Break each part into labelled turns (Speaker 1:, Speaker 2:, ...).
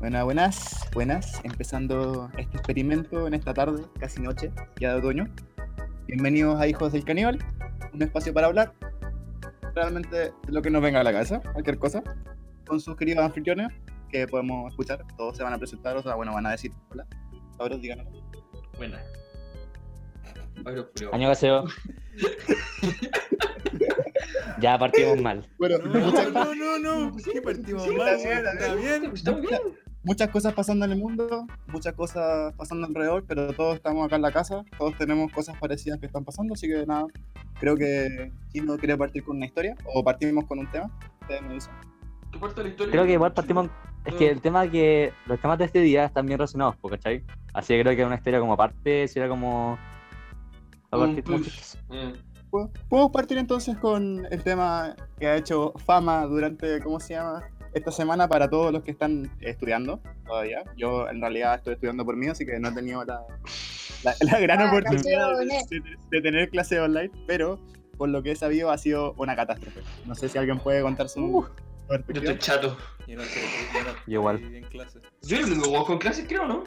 Speaker 1: Buenas, buenas, buenas. Empezando este experimento en esta tarde, casi noche, ya de otoño. Bienvenidos a Hijos del Caníbal, un espacio para hablar realmente de lo que nos venga a la cabeza, cualquier cosa, con sus queridos anfitriones que podemos escuchar. Todos se van a presentar, o sea, bueno, van a decir hola. Ahora díganos.
Speaker 2: Buena. Pablo Julio.
Speaker 3: Año gaseo. ya partimos mal.
Speaker 1: Bueno, muchas,
Speaker 4: No, no, no, no. ¿Qué partimos
Speaker 1: Sí,
Speaker 4: mal?
Speaker 1: sí,
Speaker 4: weón?
Speaker 1: sí,
Speaker 4: ¿Está bien?
Speaker 2: ¿Estamos bien?
Speaker 1: muchas cosas pasando en el mundo, muchas cosas pasando alrededor, pero todos estamos acá en la casa, todos tenemos cosas parecidas que están pasando, así que nada, creo que no quiere partir con una historia o partimos con un tema. Ustedes me dicen.
Speaker 2: ¿Qué parte de la historia?
Speaker 3: Creo que igual partimos. Es que el tema que. Los temas de este día están bien relacionados, po, ¿cachai? Así que creo que una historia como parte, si era como. a
Speaker 2: Un
Speaker 3: partir-
Speaker 2: push. Eh,
Speaker 1: Pu- Podemos partir entonces con el tema que ha hecho fama durante, ¿cómo se llama? Esta semana para todos los que están estudiando todavía. Yo en realidad estoy estudiando por mí, así que no he tenido la, la- la gran
Speaker 5: Ah,
Speaker 1: oportunidad de,
Speaker 5: vacaciones.
Speaker 1: de tener clase online, pero por lo que he sabido ha sido una catástrofe. No sé si alguien puede contar su...
Speaker 3: Uh,
Speaker 1: su
Speaker 2: Yo
Speaker 1: perspectiva.
Speaker 2: estoy chato.
Speaker 4: Yo no sé, yo no estoy
Speaker 3: Igual.
Speaker 4: en clase.
Speaker 2: Yo era el único guapo con clases, creo, ¿no?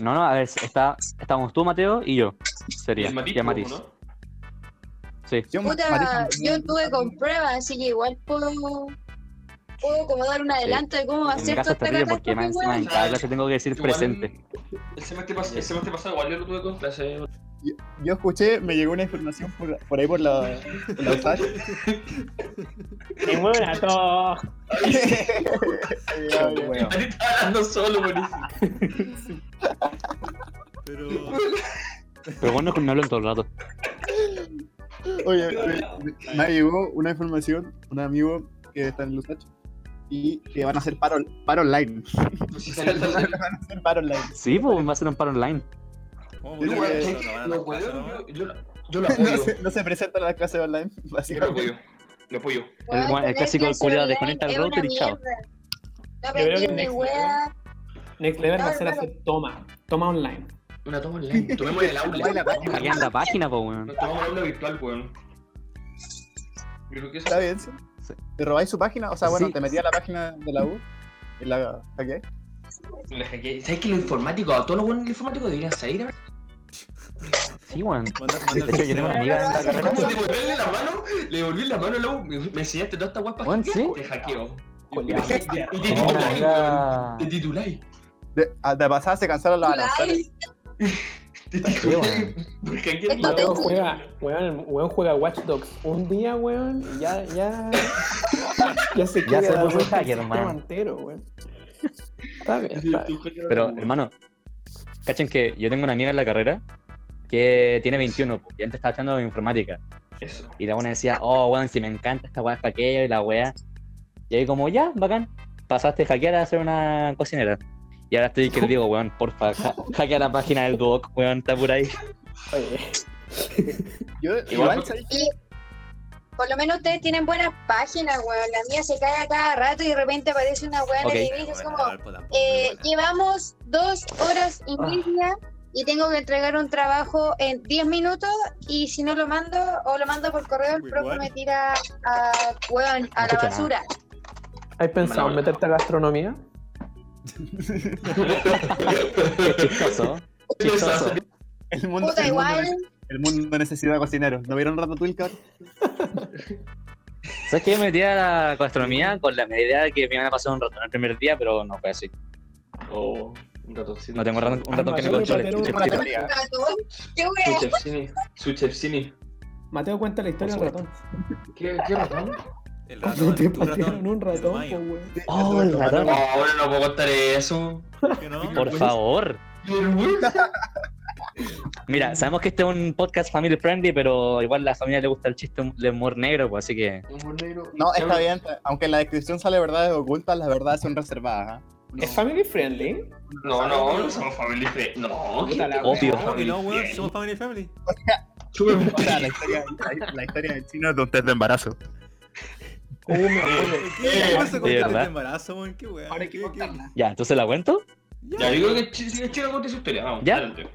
Speaker 3: No, no, a ver, está, estamos tú, Mateo, y yo.
Speaker 2: Y
Speaker 3: Sería.
Speaker 2: el Matiz,
Speaker 3: y el Matiz.
Speaker 2: ¿no?
Speaker 3: Sí.
Speaker 1: Yo,
Speaker 5: Puta,
Speaker 1: Matiz,
Speaker 5: yo tuve con pruebas, así que igual puedo, puedo como dar un adelanto de cómo va a
Speaker 3: En mi
Speaker 5: ser
Speaker 3: caso
Speaker 5: toda
Speaker 3: es terrible
Speaker 5: esta
Speaker 3: porque más
Speaker 5: catástrofe,
Speaker 3: encima en
Speaker 5: weón.
Speaker 3: cada clase tengo que decir
Speaker 2: Igual,
Speaker 3: presente.
Speaker 2: El semestre, pas- el semestre pasado igual yo lo tuve con clases.
Speaker 1: yo- yo escuché, me llegó una información por, por ahí por la, por la USACH.
Speaker 6: Ninguna, todo.
Speaker 1: Ay, weón.
Speaker 2: Ahí está hablando solo, buenísimo.
Speaker 4: Pero.
Speaker 3: Pero bueno, no hablo en todo el rato.
Speaker 1: Oye, me, me llegó una información, un amigo que está en Lusach y que van a hacer paro, paro online.
Speaker 2: Pues si
Speaker 1: van
Speaker 2: salió todo-
Speaker 1: a hacer paro online.
Speaker 3: Sí, pues va a ser un paro online.
Speaker 4: ¿Cómo
Speaker 1: Yo
Speaker 2: No,
Speaker 1: creo
Speaker 4: puta?
Speaker 1: que-
Speaker 4: ¿No van a la
Speaker 2: weón,
Speaker 4: casa, no?
Speaker 2: yo- Yo la- yo lo
Speaker 1: No
Speaker 2: apoyo.
Speaker 1: se, no se presentan las clases online,
Speaker 2: Yo lo
Speaker 1: básicamente.
Speaker 2: apoyo. Lo apoyo.
Speaker 3: El-
Speaker 5: Weón,
Speaker 3: el
Speaker 5: tener
Speaker 3: clásico
Speaker 5: clase
Speaker 3: culiao,
Speaker 5: online
Speaker 3: desconecta el
Speaker 5: es una
Speaker 3: router y chao.
Speaker 5: mierda. No
Speaker 6: creo que
Speaker 5: aprendí ni
Speaker 6: Netflix,
Speaker 5: wea.
Speaker 6: Next Level va a
Speaker 5: Claro,
Speaker 6: ser
Speaker 5: claro.
Speaker 6: hacer toma. Toma online.
Speaker 2: Una toma online. Tomemos el aula.
Speaker 3: Hackean la página, pues, weón.
Speaker 2: Nos tomamos el aula virtual, weón. Creo que eso.
Speaker 1: Está bien, sí.
Speaker 3: Sí.
Speaker 1: ¿Te robáis su página? O sea, bueno,
Speaker 3: Sí.
Speaker 1: te metí a la página de la U y la hackeé.
Speaker 2: Le hackeé. ¿Sabes que los informáticos, a todos los buenos informáticos deberían salir? a-
Speaker 3: Sí, weón.
Speaker 4: Mandar-
Speaker 3: De
Speaker 4: mandar-
Speaker 3: hecho, yo tengo una amiga en la
Speaker 2: ¿Cómo
Speaker 3: carrera.
Speaker 2: te devolverle la mano? Le devolví la mano luego. Me me enseñaste toda esta guapa.
Speaker 3: Weón, sí.
Speaker 2: Te hackeo.
Speaker 4: Culeado.
Speaker 2: Y te- y te
Speaker 3: Tengo una
Speaker 2: tituláis, weón.
Speaker 3: amiga-
Speaker 2: Te tituláis.
Speaker 1: De, a- de pasada se cancelaron las
Speaker 5: Ay,
Speaker 1: anotaciones.
Speaker 2: Te
Speaker 3: Sí,
Speaker 2: tituláis.
Speaker 3: weón.
Speaker 2: Por hackear
Speaker 5: Esto
Speaker 2: la-
Speaker 5: te-
Speaker 6: Weón juega, weón, el weón juega Watch Dogs un día, weón, y ya, ya. Ya se quiere
Speaker 3: se
Speaker 6: dar
Speaker 3: puso
Speaker 6: vuelta al
Speaker 3: hacker,
Speaker 6: sistema
Speaker 3: hermano.
Speaker 6: entero, weón. Está bien,
Speaker 2: Sí,
Speaker 6: está
Speaker 2: tú
Speaker 6: bien.
Speaker 2: hackeas la-
Speaker 3: Pero, hermano, cachen que yo tengo una amiga en la carrera que tiene 21 po, y antes estaba echando informática.
Speaker 2: Eso.
Speaker 3: Y la buena decía, oh, weón, si me encanta esta weá, hackeo y la weá. Y ahí, como, ya, bacán, pasaste a hackear a ser una cocinera. Y ahora estoy que le digo, weón, porfa, ja- hackea la página del Duoc, weón, está por ahí.
Speaker 6: Oye,
Speaker 1: Yo, igual,
Speaker 2: Igual-
Speaker 1: ¿sabes?
Speaker 5: Por lo menos ustedes tienen buenas páginas, weón. La mía se cae a cada rato y de repente aparece una weá
Speaker 3: Ok.
Speaker 5: en el inicio. Es como, eh, llevamos dos horas
Speaker 3: Ah.
Speaker 5: y media y tengo que entregar un trabajo en 10 minutos y si no lo mando o lo mando por correo, el
Speaker 4: Uy,
Speaker 5: profe
Speaker 4: what?
Speaker 5: me tira a, weón, a la
Speaker 3: escucha nada.
Speaker 5: basura.
Speaker 6: ¿Has pensado en meterte a gastronomía?
Speaker 3: Qué chistoso. chistoso.
Speaker 1: El mundo,
Speaker 5: Puta,
Speaker 1: el mundo
Speaker 5: igual.
Speaker 1: nece- el mundo necesita cocineros. ¿No vieron Ratatouille,
Speaker 3: Oh,
Speaker 1: cabrón?
Speaker 3: ¿Sabes que yo me metí a la gastronomía con la medida de que me iban a pasar un rato en el primer día, pero no fue así.
Speaker 2: Oh, un ratoncito.
Speaker 3: No tengo un ratón, un ratón que me
Speaker 6: Armadillo,
Speaker 3: controle.
Speaker 6: ratero.
Speaker 1: Tengo una teoría.
Speaker 5: Ratón, ¿Qué
Speaker 2: Su
Speaker 5: weá?
Speaker 2: chefcini. Su chefcini.
Speaker 6: Mateo cuenta la historia del
Speaker 3: Por
Speaker 6: ratón.
Speaker 2: ¿Qué, qué ratón?
Speaker 4: El
Speaker 6: Cuando
Speaker 4: ratón,
Speaker 6: te
Speaker 4: tu
Speaker 6: patearon
Speaker 4: ratón.
Speaker 6: un
Speaker 4: el
Speaker 6: ratón,
Speaker 4: mayo.
Speaker 6: pues, weón.
Speaker 1: Sí,
Speaker 3: Oh,
Speaker 1: eso es
Speaker 3: el
Speaker 1: lo-
Speaker 3: ratón.
Speaker 2: No, ahora no puedo contar eso.
Speaker 4: ¿Qué no?
Speaker 3: Por favor.
Speaker 2: Qué vergüenza.
Speaker 3: Mira, sabemos que este es un podcast family friendly, pero igual a la familia le gusta el chiste de humor negro, pues, así que.
Speaker 1: No, está bien, aunque en la descripción sale verdades ocultas, las verdades son reservadas. ¿ah?
Speaker 6: ¿Es family friendly?
Speaker 2: No, no, no somos family friend. No,
Speaker 6: Puta la
Speaker 3: Obvio.
Speaker 4: No, que no, weón, somos Family Family.
Speaker 1: O sea, la historia, la, la historia del chino de un test de embarazo.
Speaker 6: Uh, me acuerdo.
Speaker 4: ¿Qué pasa con
Speaker 3: de
Speaker 4: este
Speaker 3: verdad.
Speaker 4: embarazo, weón? ¿Qué weón?
Speaker 6: Ahora hay que
Speaker 4: ¿Qué- qué-
Speaker 6: contarla.
Speaker 3: Ya, entonces la cuento.
Speaker 2: Ya, yo creo que ch- sí, chido conté su historia. Vamos,
Speaker 3: ¿Ya?
Speaker 2: adelante.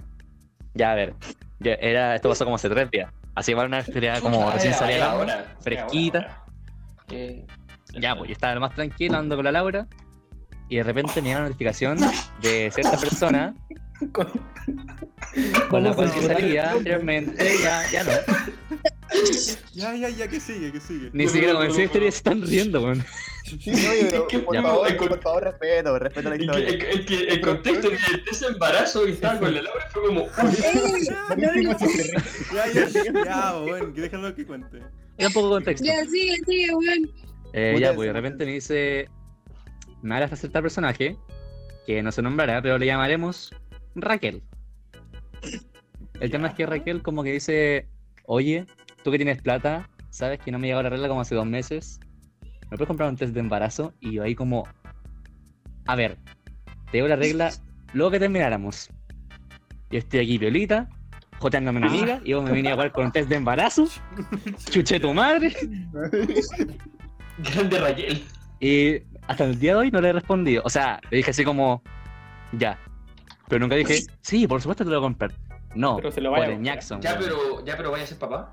Speaker 3: Ya, a ver. Ya, era, esto pasó como hace tres días. Así que una historia como
Speaker 2: Ah,
Speaker 3: recién
Speaker 2: ya,
Speaker 3: salía
Speaker 2: ya,
Speaker 3: la Laura.
Speaker 2: ahora, ya,
Speaker 3: fresquita.
Speaker 2: ahora, ahora. Eh,
Speaker 3: Ya, pues yo estaba lo más tranquilo, andando con la Laura. y de repente me llega una notificación de cierta persona
Speaker 6: Con-
Speaker 3: con la
Speaker 6: ¿Cómo
Speaker 3: cual
Speaker 6: se
Speaker 3: yo
Speaker 6: llama?
Speaker 3: salía anteriormente, ya, ya no.
Speaker 4: Ya, ya, ya, que sigue, que sigue.
Speaker 3: Ni siquiera con el se están riendo, weón.
Speaker 1: Oye, pero
Speaker 2: que-
Speaker 1: por,
Speaker 2: ya,
Speaker 1: favor,
Speaker 2: pero-
Speaker 1: por favor, respeto, respeto la
Speaker 2: Es
Speaker 1: historia.
Speaker 2: que, es que- es que el contexto de ese embarazo y estar con la Laura fue como, uy,
Speaker 5: Ey, no, no, no.
Speaker 4: Ya, ya, ya, ya, weón, que déjalo que cuente.
Speaker 3: Era un poco de contexto.
Speaker 5: Ya, sigue, sigue, weón.
Speaker 3: Eh,
Speaker 1: Puta
Speaker 3: ya,
Speaker 1: esa
Speaker 3: pues
Speaker 1: madre.
Speaker 3: de repente me dice, me harás aceptar personaje, que no se nombrará, pero le llamaremos Raquel. El tema es que Raquel como que dice, oye, tú que tienes plata, sabes que no me llegó la regla como hace dos meses, ¿me puedes comprar un test de embarazo? Y yo ahí como, a ver, te digo la regla luego que termináramos. Yo estoy aquí violita, joteándome
Speaker 1: Ah.
Speaker 3: una amiga, y vos me vine a jugar con un test de embarazo, chuché tu madre.
Speaker 2: grande Raquel.
Speaker 3: Y hasta el día de hoy no le he respondido. O sea, le dije así como, ya. Pero nunca dije, sí, por supuesto te lo voy a comprar. No,
Speaker 6: Pero se lo
Speaker 3: por
Speaker 6: vaya
Speaker 3: el
Speaker 6: a comprar.
Speaker 3: Jackson.
Speaker 2: Ya,
Speaker 3: weón.
Speaker 2: pero, ya, pero vaya a ser papá.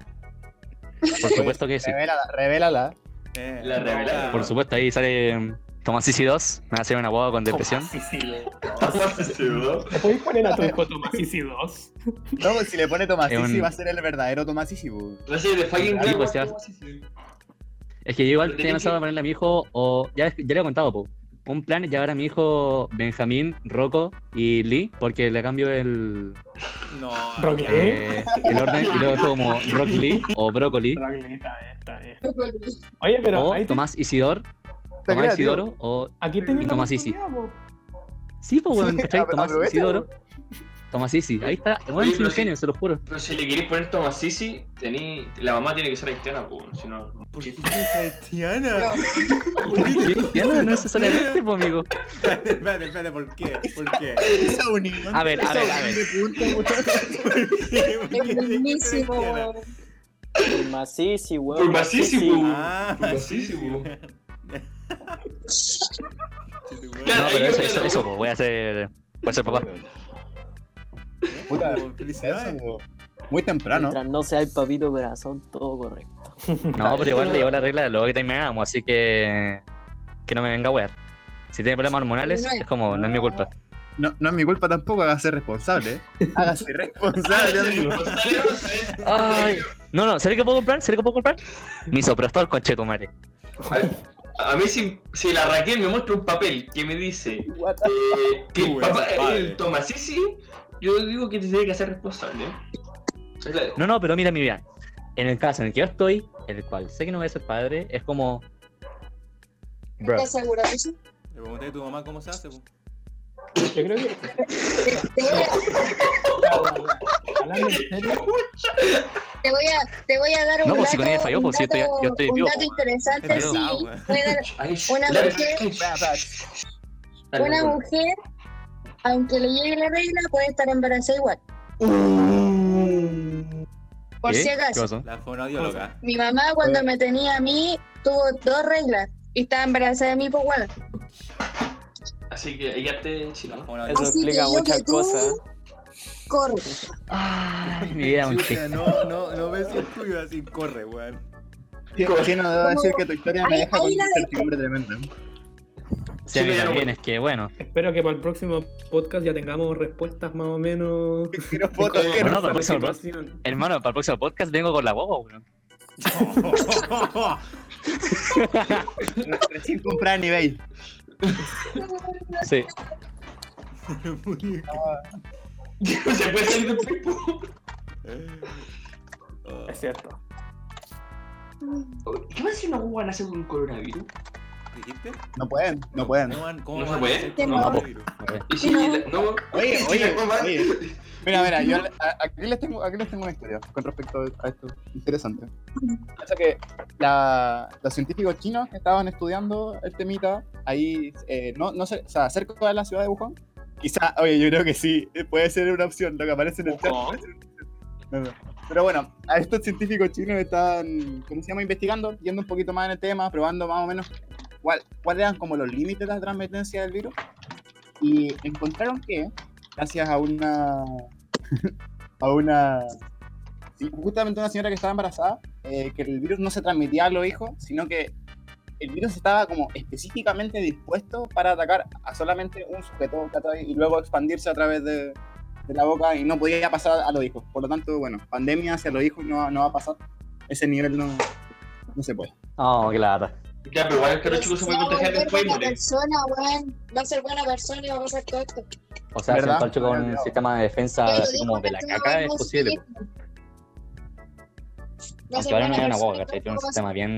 Speaker 3: Por supuesto que sí.
Speaker 1: Revélala, revélala.
Speaker 4: Eh,
Speaker 2: La revelaron.
Speaker 3: Por supuesto, ahí sale mm, Tomás Sisi 2. Me va a hacer una boda con depresión.
Speaker 6: Sí, sí, güey.
Speaker 2: ¿no?
Speaker 6: ¿Te podéis poner a tu hijo Tomás y 2?
Speaker 1: No, pues si le pone Tomasisi
Speaker 3: Es un-
Speaker 1: va a ser el verdadero Tomasisi. pues. bu.
Speaker 2: Gracias de fucking
Speaker 3: Sí,
Speaker 2: Dragon,
Speaker 3: pues, ya.
Speaker 2: ¿cómo así se ve?
Speaker 3: Es que yo igual
Speaker 2: Pero
Speaker 3: tenía
Speaker 2: tenés
Speaker 3: pensado
Speaker 2: que-
Speaker 3: ponerle a mi hijo, o ya, ya le he contado, po. Un plan es llevar a mi hijo Benjamín, Rocco y Lee, porque le cambio el,
Speaker 4: No,
Speaker 6: Rocky.
Speaker 3: eh, el orden y luego como Rock Lee o Broccoli,
Speaker 6: Oye, pero
Speaker 3: o
Speaker 6: ahí te-
Speaker 3: Tomás Isidor,
Speaker 1: Te creo,
Speaker 3: Tomás Isidoro o
Speaker 6: aquí tenés
Speaker 3: y
Speaker 6: la
Speaker 3: Tomás Sisi.
Speaker 6: oportunidad, po.
Speaker 3: Sí, pues, weón, ¿cachai?
Speaker 1: apro-
Speaker 3: Tomás
Speaker 1: aprovecha,
Speaker 3: Isidoro. Tomás Sisi, ahí está. Weón,
Speaker 2: Oye,
Speaker 3: es
Speaker 2: pero
Speaker 3: un
Speaker 2: sí.
Speaker 3: genio, se lo juro.
Speaker 2: Pero si le querés poner Tomás Sisi, tení... la mamá tiene que ser haitiana, pues, si no.
Speaker 4: ¿por qué cristiana?
Speaker 3: Sí, ya no, no necesariamente, pues, amigo.
Speaker 4: Espérate, espérate, espérate, ¿por qué? ¿Por qué?
Speaker 1: Esa unión.
Speaker 3: A ver, a
Speaker 1: esa
Speaker 3: ver, a
Speaker 1: unión de puntos,
Speaker 3: ver.
Speaker 1: bu.
Speaker 4: ¿Por qué?
Speaker 5: Es buenísimo,
Speaker 4: Cristiana.
Speaker 5: weón.
Speaker 7: Masisi, weón.
Speaker 2: Por Masisi, weón.
Speaker 4: Ah,
Speaker 2: Pero
Speaker 4: sí,
Speaker 2: sí,
Speaker 4: sí,
Speaker 2: sí,
Speaker 4: weón.
Speaker 2: weón.
Speaker 4: Sí, sí, weón.
Speaker 3: No,
Speaker 2: Claro,
Speaker 3: pero
Speaker 2: ahí
Speaker 3: eso,
Speaker 2: yo
Speaker 3: eso,
Speaker 2: quedo.
Speaker 3: eso, pues, voy a ser. Voy a ser papá.
Speaker 1: Puta,
Speaker 4: Weón,
Speaker 1: eso,
Speaker 4: felicidades.
Speaker 1: bu. Muy temprano.
Speaker 7: Mientras no sea el papito corazón, todo correcto.
Speaker 3: No, pero igual le llevo la regla de luego que terminamos, así que. Que no me venga a wear. Si tiene problemas hormonales, es como, no es mi culpa.
Speaker 1: No, no es mi culpa tampoco, hágase responsable. ¿eh? Hágase responsable, amigo.
Speaker 3: Ay. No, no, ¿sabes qué puedo comprar? ¿Sabes qué puedo comprar? Misoprostol con chetumare.
Speaker 2: A a mí si, si la Raquel me muestra un papel que me dice
Speaker 1: What
Speaker 2: eh, que
Speaker 4: Tú
Speaker 2: el
Speaker 4: eres
Speaker 2: papá es
Speaker 4: padre.
Speaker 2: el Tomasisi, yo digo que te tiene que hacer responsable. ¿eh? Es la-
Speaker 3: No, no, pero mira mi vida. En el caso en el que yo estoy, en el cual sé que no voy a ser padre, es como. Bro.
Speaker 5: ¿Estás seguro? de eso?
Speaker 4: Le pregunté a tu mamá cómo se hace, po.
Speaker 6: Yo creo que.
Speaker 5: Te, te voy a,
Speaker 6: Hablando en serio,
Speaker 5: te, voy a, te voy a dar un
Speaker 3: No, pues,
Speaker 5: dato,
Speaker 3: si con ella falló,
Speaker 5: un
Speaker 3: pues, si estoy-
Speaker 5: dato-
Speaker 3: yo estoy
Speaker 5: un
Speaker 3: vivo,
Speaker 5: dato
Speaker 3: weón.
Speaker 5: interesante,
Speaker 4: Es
Speaker 5: sí.
Speaker 4: verdad, weón.
Speaker 5: Voy a dar-
Speaker 2: Ay,
Speaker 5: Una
Speaker 2: la-
Speaker 5: mujer-
Speaker 2: Dale,
Speaker 5: una
Speaker 2: dale.
Speaker 5: mujer, aunque le llegue la regla, puede estar embarazada igual.
Speaker 2: Mm.
Speaker 5: Por
Speaker 3: ¿Qué?
Speaker 5: si
Speaker 3: ¿Qué
Speaker 5: acaso.
Speaker 3: pasó?
Speaker 4: La fonoaudióloga.
Speaker 5: Mi mamá cuando me tenía a mí tuvo dos reglas y estaba embarazada de mí pues, por guada.
Speaker 2: Así que ahí ya te chino.
Speaker 4: La
Speaker 2: ¿no?
Speaker 4: fonoaudióloga.
Speaker 7: Eso
Speaker 5: Así que
Speaker 7: explica
Speaker 5: yo
Speaker 7: muchas
Speaker 5: que tú-
Speaker 7: cosas.
Speaker 5: Corre.
Speaker 3: Ay, mi vida, un
Speaker 4: Chucha, No, no, no ves el tuyo así, corre, weón.
Speaker 1: Sí, no, debo decir que tu historia me
Speaker 5: Ahí-
Speaker 1: deja con
Speaker 5: ahí
Speaker 1: un
Speaker 5: la dejo.
Speaker 1: certidumbre tremenda.
Speaker 3: Sí, a mí
Speaker 2: Sí, pero
Speaker 3: también
Speaker 2: bueno.
Speaker 3: es que, bueno.
Speaker 6: Espero que para el próximo podcast ya tengamos respuestas más o menos.
Speaker 1: Quiero fotos,
Speaker 2: Bueno, pues,
Speaker 1: quiero
Speaker 3: no, pero-
Speaker 1: fotos.
Speaker 3: próximo podcast.
Speaker 6: Situación.
Speaker 3: Hermano, para el próximo podcast vengo con la boba, weón.
Speaker 1: Recién comprada en eBay.
Speaker 3: Sí.
Speaker 2: Se puede salir del cuerpo.
Speaker 4: Oh,
Speaker 6: Es cierto.
Speaker 2: ¿Qué pasa si una guagua nace con coronavirus?
Speaker 4: ¿Dijiste?
Speaker 1: No pueden, no pueden.
Speaker 4: ¿Cómo van- cómo
Speaker 2: No se
Speaker 4: van a
Speaker 2: puede.
Speaker 4: hacer
Speaker 5: No,
Speaker 4: coronavirus?
Speaker 2: Y si
Speaker 5: No.
Speaker 2: la- no.
Speaker 1: Oye,
Speaker 2: si la
Speaker 1: oye,
Speaker 2: guagua-
Speaker 1: oye. Mira, mira, yo a- aquí les tengo, aquí les tengo una historia con respecto a esto. Interesante. Pasa que la- los científicos chinos que estaban estudiando el temita ahí, eh, no, no sé, o sea, cerca de la ciudad de Wuhan. Quizá, oye, yo creo que sí, eh, puede ser una opción, lo que aparece en el chat.
Speaker 6: Ojo.
Speaker 1: puede ser una opción. No, no. Pero bueno, a estos científicos chinos están, ¿cómo se llama? Investigando, yendo un poquito más en el tema, probando más o menos cuál- cuáles eran como los límites de la transmitencia del virus. Y encontraron que, gracias a una. a una. sí, justamente una señora que estaba embarazada, eh, que el virus no se transmitía a los hijos, sino que eh, el virus estaba como específicamente dispuesto para atacar a solamente un sujeto ¿cachai? y luego expandirse a través de, de la boca y no podía pasar a los hijos. Por lo tanto, bueno, pandemia hacia los hijos no, va- no va a pasar. Ese nivel no, no se puede.
Speaker 3: Oh, claro.
Speaker 2: Ya, pero igual el cabro chico se puede contagiar después y
Speaker 5: buena
Speaker 2: muere.
Speaker 5: persona, weón. Va a ser buena persona y va a pasar todo esto.
Speaker 3: O sea, hacer
Speaker 1: ¿Verdad?
Speaker 3: un parche con un sistema de defensa
Speaker 5: Yo lo
Speaker 3: así
Speaker 5: digo
Speaker 3: como Ah, de la
Speaker 5: porque tú
Speaker 3: caca
Speaker 5: no
Speaker 3: es
Speaker 5: vas a
Speaker 3: posible.
Speaker 5: seguir. Va a
Speaker 3: Aunque ahora no hay
Speaker 5: ser buena
Speaker 3: una
Speaker 5: persona
Speaker 3: boca,
Speaker 5: y
Speaker 3: ¿cachai? Tiene un
Speaker 5: todo va a
Speaker 3: sistema bien.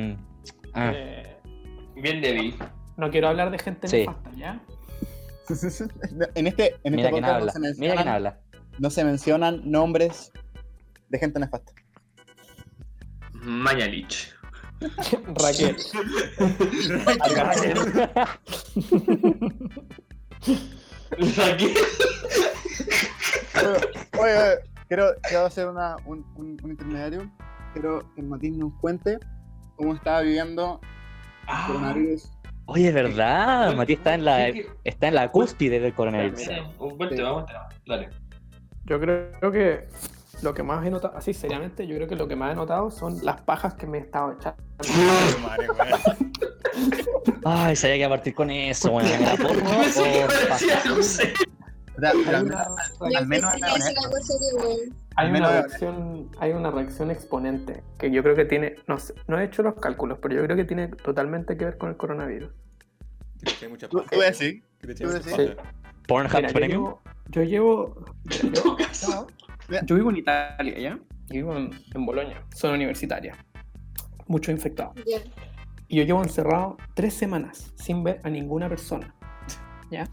Speaker 3: Ah,
Speaker 6: Eh,
Speaker 2: Bien débil.
Speaker 6: no quiero hablar de gente
Speaker 3: Sí.
Speaker 6: nefasta, ¿ya?
Speaker 1: en este, en
Speaker 3: mira
Speaker 1: este
Speaker 3: quién
Speaker 1: podcast no
Speaker 3: habla.
Speaker 1: se
Speaker 3: Mira quién
Speaker 1: mencionan-
Speaker 3: habla.
Speaker 1: no se mencionan nombres de gente nefasta.
Speaker 2: Mañalich.
Speaker 6: Raquel.
Speaker 2: Raquel.
Speaker 1: Oye, oye, quiero, quiero hacer una, un, un- un intermediario. Quiero que el Matín nos cuente cómo estaba viviendo el coronavirus.
Speaker 3: Oye, ¿verdad? Mati está en la,
Speaker 2: Sí, que-
Speaker 3: está en la cúspide del coronavirus.
Speaker 2: Mira, Un buen tema, un buen tema. Dale.
Speaker 6: Yo creo que lo que más he notado, así seriamente, yo creo que lo que más he notado son las pajas que me he estado echando.
Speaker 4: Madre, weón.
Speaker 3: Ay, sabía que iba a partir con eso, weón. Mira, por
Speaker 2: Pensé que iba a
Speaker 3: favor,
Speaker 2: decir algo serio.
Speaker 1: O sea,
Speaker 3: Ah.
Speaker 1: pero al
Speaker 6: Hay
Speaker 1: menos-
Speaker 6: una-
Speaker 1: Al menos era honesto.
Speaker 2: ¿eh?
Speaker 5: pasar. Yo pensé que iba a ser algo serio, weón.
Speaker 6: Hay
Speaker 1: Al
Speaker 6: una,
Speaker 1: menos-
Speaker 6: reacción, hay una reacción exponente que yo creo que tiene, no sé, no he hecho los cálculos, pero yo creo que tiene totalmente que ver con el coronavirus.
Speaker 4: Que te eché mucha
Speaker 1: Tú-
Speaker 4: paja.
Speaker 1: tú decís,
Speaker 4: Que te eché
Speaker 1: tú
Speaker 4: mucha
Speaker 1: decís.
Speaker 4: paja.
Speaker 3: Pornhub
Speaker 6: Mira, yo
Speaker 3: Premium.
Speaker 6: llevo, yo llevo- mira, yo- yo vivo en Italia, ¿ya? Yo vivo en, en Bolonia, zona universitaria. Muchos infectados.
Speaker 5: Ya.
Speaker 6: Y yo llevo encerrado tres semanas sin ver a ninguna persona. ¿Ya?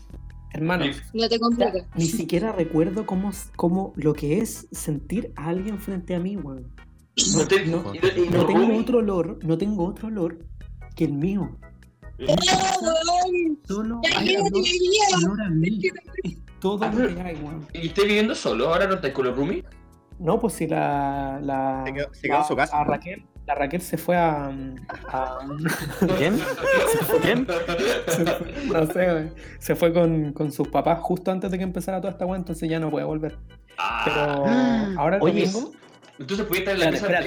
Speaker 6: Hermanos,
Speaker 5: No te
Speaker 6: ya,
Speaker 5: complica.
Speaker 8: Ni siquiera recuerdo cómo, cómo lo que es sentir a alguien frente a mí, weón.
Speaker 2: No te-
Speaker 8: No-
Speaker 2: y no- y
Speaker 8: No
Speaker 2: no-
Speaker 8: tengo otro olor, no tengo otro olor que el mío.
Speaker 5: ¡Oh, weón!
Speaker 8: Solo
Speaker 5: ¡Ya
Speaker 8: hay
Speaker 5: llevo
Speaker 8: olor,
Speaker 5: diez días!
Speaker 8: olor a mí. Es todo lo que hay, weón.
Speaker 2: ¿Y estás viviendo solo? ¿Ahora no estás con los roomies?
Speaker 6: No, pues si la. la
Speaker 1: Se quedó- se quedó en su casa.
Speaker 6: a Raquel, la Raquel se fue a. mm, a-
Speaker 3: ¿Quién? ¿Quién?
Speaker 6: no sé, güey. se fue con, con sus papás justo antes de que empezara toda esta weá, entonces ya no puede volver.
Speaker 2: Ah,
Speaker 6: Pero ahora el
Speaker 3: Oye,
Speaker 6: domingo-
Speaker 2: entonces pudiste estar en la
Speaker 6: Espérate,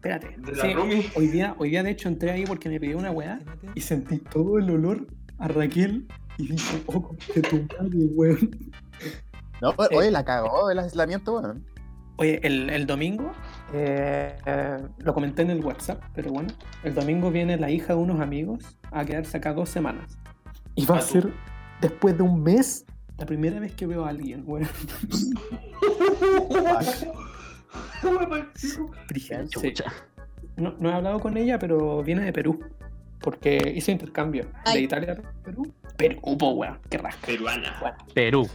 Speaker 2: casa de,
Speaker 6: Espérate.
Speaker 2: de la
Speaker 6: sí,
Speaker 2: roomie.
Speaker 6: hoy, día, hoy día, de hecho, entré ahí porque me pidió una weá y sentí todo el olor a Raquel y dije, oh, de tu madre, weón.
Speaker 1: No,
Speaker 6: Sí.
Speaker 1: oye, la cagó el aislamiento, bueno.
Speaker 6: Oye, el, el domingo, eh, eh, lo comenté en el WhatsApp, pero bueno, el domingo viene la hija de unos amigos a quedarse acá dos semanas. Y va a
Speaker 2: Ah, tú.
Speaker 6: ser, después de un mes, la primera vez que veo a alguien, güey. Brígido, sí.
Speaker 3: Chucha.
Speaker 6: No, no he hablado con ella, pero viene de Perú. Porque hizo intercambio de
Speaker 5: Ay.
Speaker 6: Italia a Perú. Perú, po, weón, qué rasca.
Speaker 2: Peruana.
Speaker 3: Perú.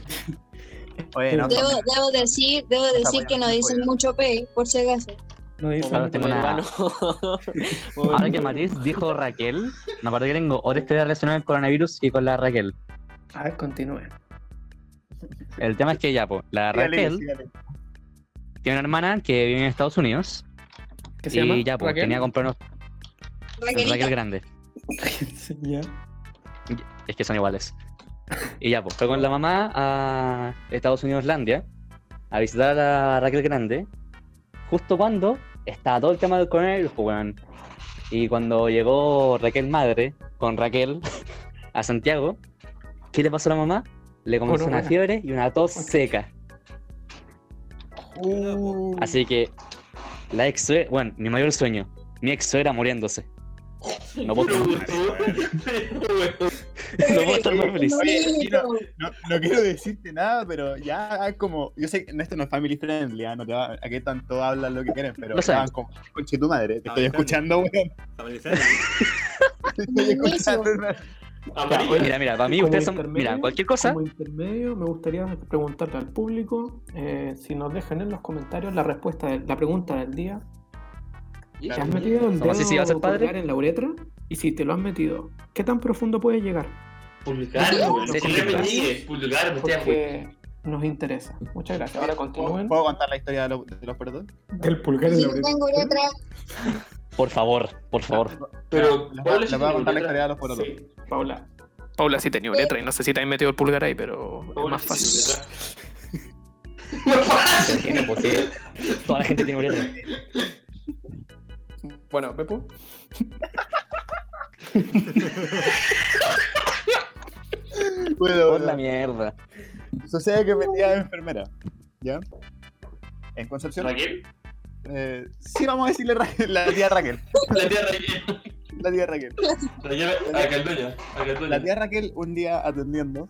Speaker 1: Oye, no,
Speaker 5: Debo, debo decir, debo decir
Speaker 1: buena,
Speaker 5: que no
Speaker 1: está
Speaker 5: dicen
Speaker 1: buena.
Speaker 5: mucho P, por si acaso.
Speaker 6: No dice
Speaker 3: Ahora tengo una- Ahora que Matiz dijo Raquel, me acuerdo que tengo otra historia relacionada con el coronavirus y con la Raquel.
Speaker 6: A ver, continúe.
Speaker 3: El tema es que ya, pues, la
Speaker 1: sígale,
Speaker 3: Raquel
Speaker 1: sígale.
Speaker 3: tiene una hermana que vive en Estados Unidos
Speaker 6: ¿Qué se llama?
Speaker 3: y ya, pues,
Speaker 6: Raquel.
Speaker 3: tenía que comprar unos Raquel
Speaker 5: Raquelita,
Speaker 3: Grande.
Speaker 6: Ya.
Speaker 3: Es que son iguales. Y ya, pues fue con la mamá a Estados Unidos, Landia, a visitar a la Raquel Grande, justo cuando estaba todo el tema del coronavirus, pues, weón. Y cuando llegó Raquel Madre con Raquel a Santiago, ¿qué le pasó a la mamá? Le comenzó una
Speaker 6: Gonorrea.
Speaker 3: fiebre y una tos seca.
Speaker 6: Uh,
Speaker 3: Así que la ex suegra, bueno, mi mayor sueño, mi ex suegra muriéndose. No puedo, no puedo estar más feliz.
Speaker 1: No, no quiero decirte nada, pero ya es como. Yo sé que esto no es family friendly, ah, no te va, a qué tanto hablas lo que quieres, pero
Speaker 3: Lo sé.
Speaker 1: estaban como, conche tu madre, te
Speaker 4: Family
Speaker 1: estoy
Speaker 4: friendly.
Speaker 1: escuchando, weón.
Speaker 4: Family friendly.
Speaker 1: Te estoy escuchando.
Speaker 3: Mira, mira, para mí
Speaker 6: Como
Speaker 3: ustedes son.
Speaker 6: intermedio,
Speaker 3: Mira, cualquier cosa.
Speaker 6: Como intermedio, me gustaría preguntarle al público eh, si nos dejan en los comentarios la respuesta, de, la pregunta del día. ¿Te has metido el
Speaker 3: Como
Speaker 6: dedo
Speaker 3: si se iba a hacer padre.
Speaker 6: pulgar en la uretra? Y si te lo has metido, ¿qué tan profundo puede llegar?
Speaker 2: Pulgar, weón.
Speaker 3: Sí, sí,
Speaker 2: Pulgar,
Speaker 3: sí.
Speaker 2: me sigue. Pulgar, me estoy apoyando.
Speaker 6: Porque nos interesa. Muchas gracias. Ahora
Speaker 1: ¿Puedo,
Speaker 6: continúen.
Speaker 1: puedo contar la historia de, los- de los perros?
Speaker 6: Del pulgar en la
Speaker 5: Yo
Speaker 6: uretra.
Speaker 5: tengo otra.
Speaker 3: Por favor, por favor.
Speaker 2: Pero,
Speaker 1: Les voy
Speaker 2: ¿cuál
Speaker 1: les
Speaker 2: es
Speaker 1: voy a
Speaker 2: el
Speaker 1: contar la historia
Speaker 2: problema?
Speaker 1: de los porotos.
Speaker 6: Sí, Paula. Paula sí tenía uretra y no sé si te has metido el pulgar ahí, pero es más fácil.
Speaker 3: Se entiende, pues, sí. Toda la gente tiene uretra.
Speaker 6: Bueno, Pepo.
Speaker 1: Bueno,
Speaker 3: Por la
Speaker 1: bueno.
Speaker 3: mierda.
Speaker 1: Sucede que metía a enfermera. ¿Ya? En Concepción.
Speaker 2: Raquel.
Speaker 1: eh, sí, vamos a decirle Raquel- la tía Raquel.
Speaker 2: La tía Raquel.
Speaker 1: La tía Raquel.
Speaker 2: Raquel, a Caldoña. A
Speaker 1: La
Speaker 2: Caldoña.
Speaker 1: tía Raquel, un día atendiendo,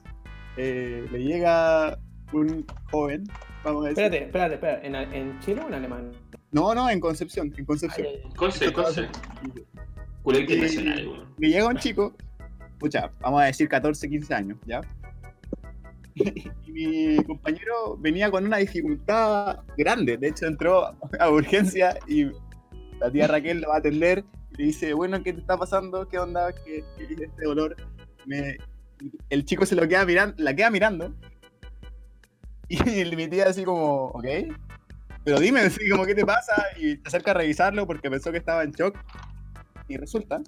Speaker 1: eh, le llega un joven. Vamos a decir.
Speaker 6: Espérate, espérate, espérate. ¿En, en Chile o en Alemania?
Speaker 1: No, no, en Concepción. En Concepción.
Speaker 2: Conce, Conce. Culé
Speaker 3: Eh,
Speaker 2: internacional, weón.
Speaker 1: Me llega un chico, pucha, vamos a decir 14, 15 años, ¿ya? Y mi compañero venía con una dificultad grande. De hecho, entró a urgencia y la tía Raquel lo va a atender. Y le dice, bueno, ¿qué te está pasando? ¿Qué onda? ¿Qué, qué es este dolor? Me- El chico se lo queda mirando, la queda mirando. Y mi tía así como, ok. Pero dime, así como, ¿qué te pasa? Y se acerca a revisarlo porque pensó que estaba en shock. Y resulta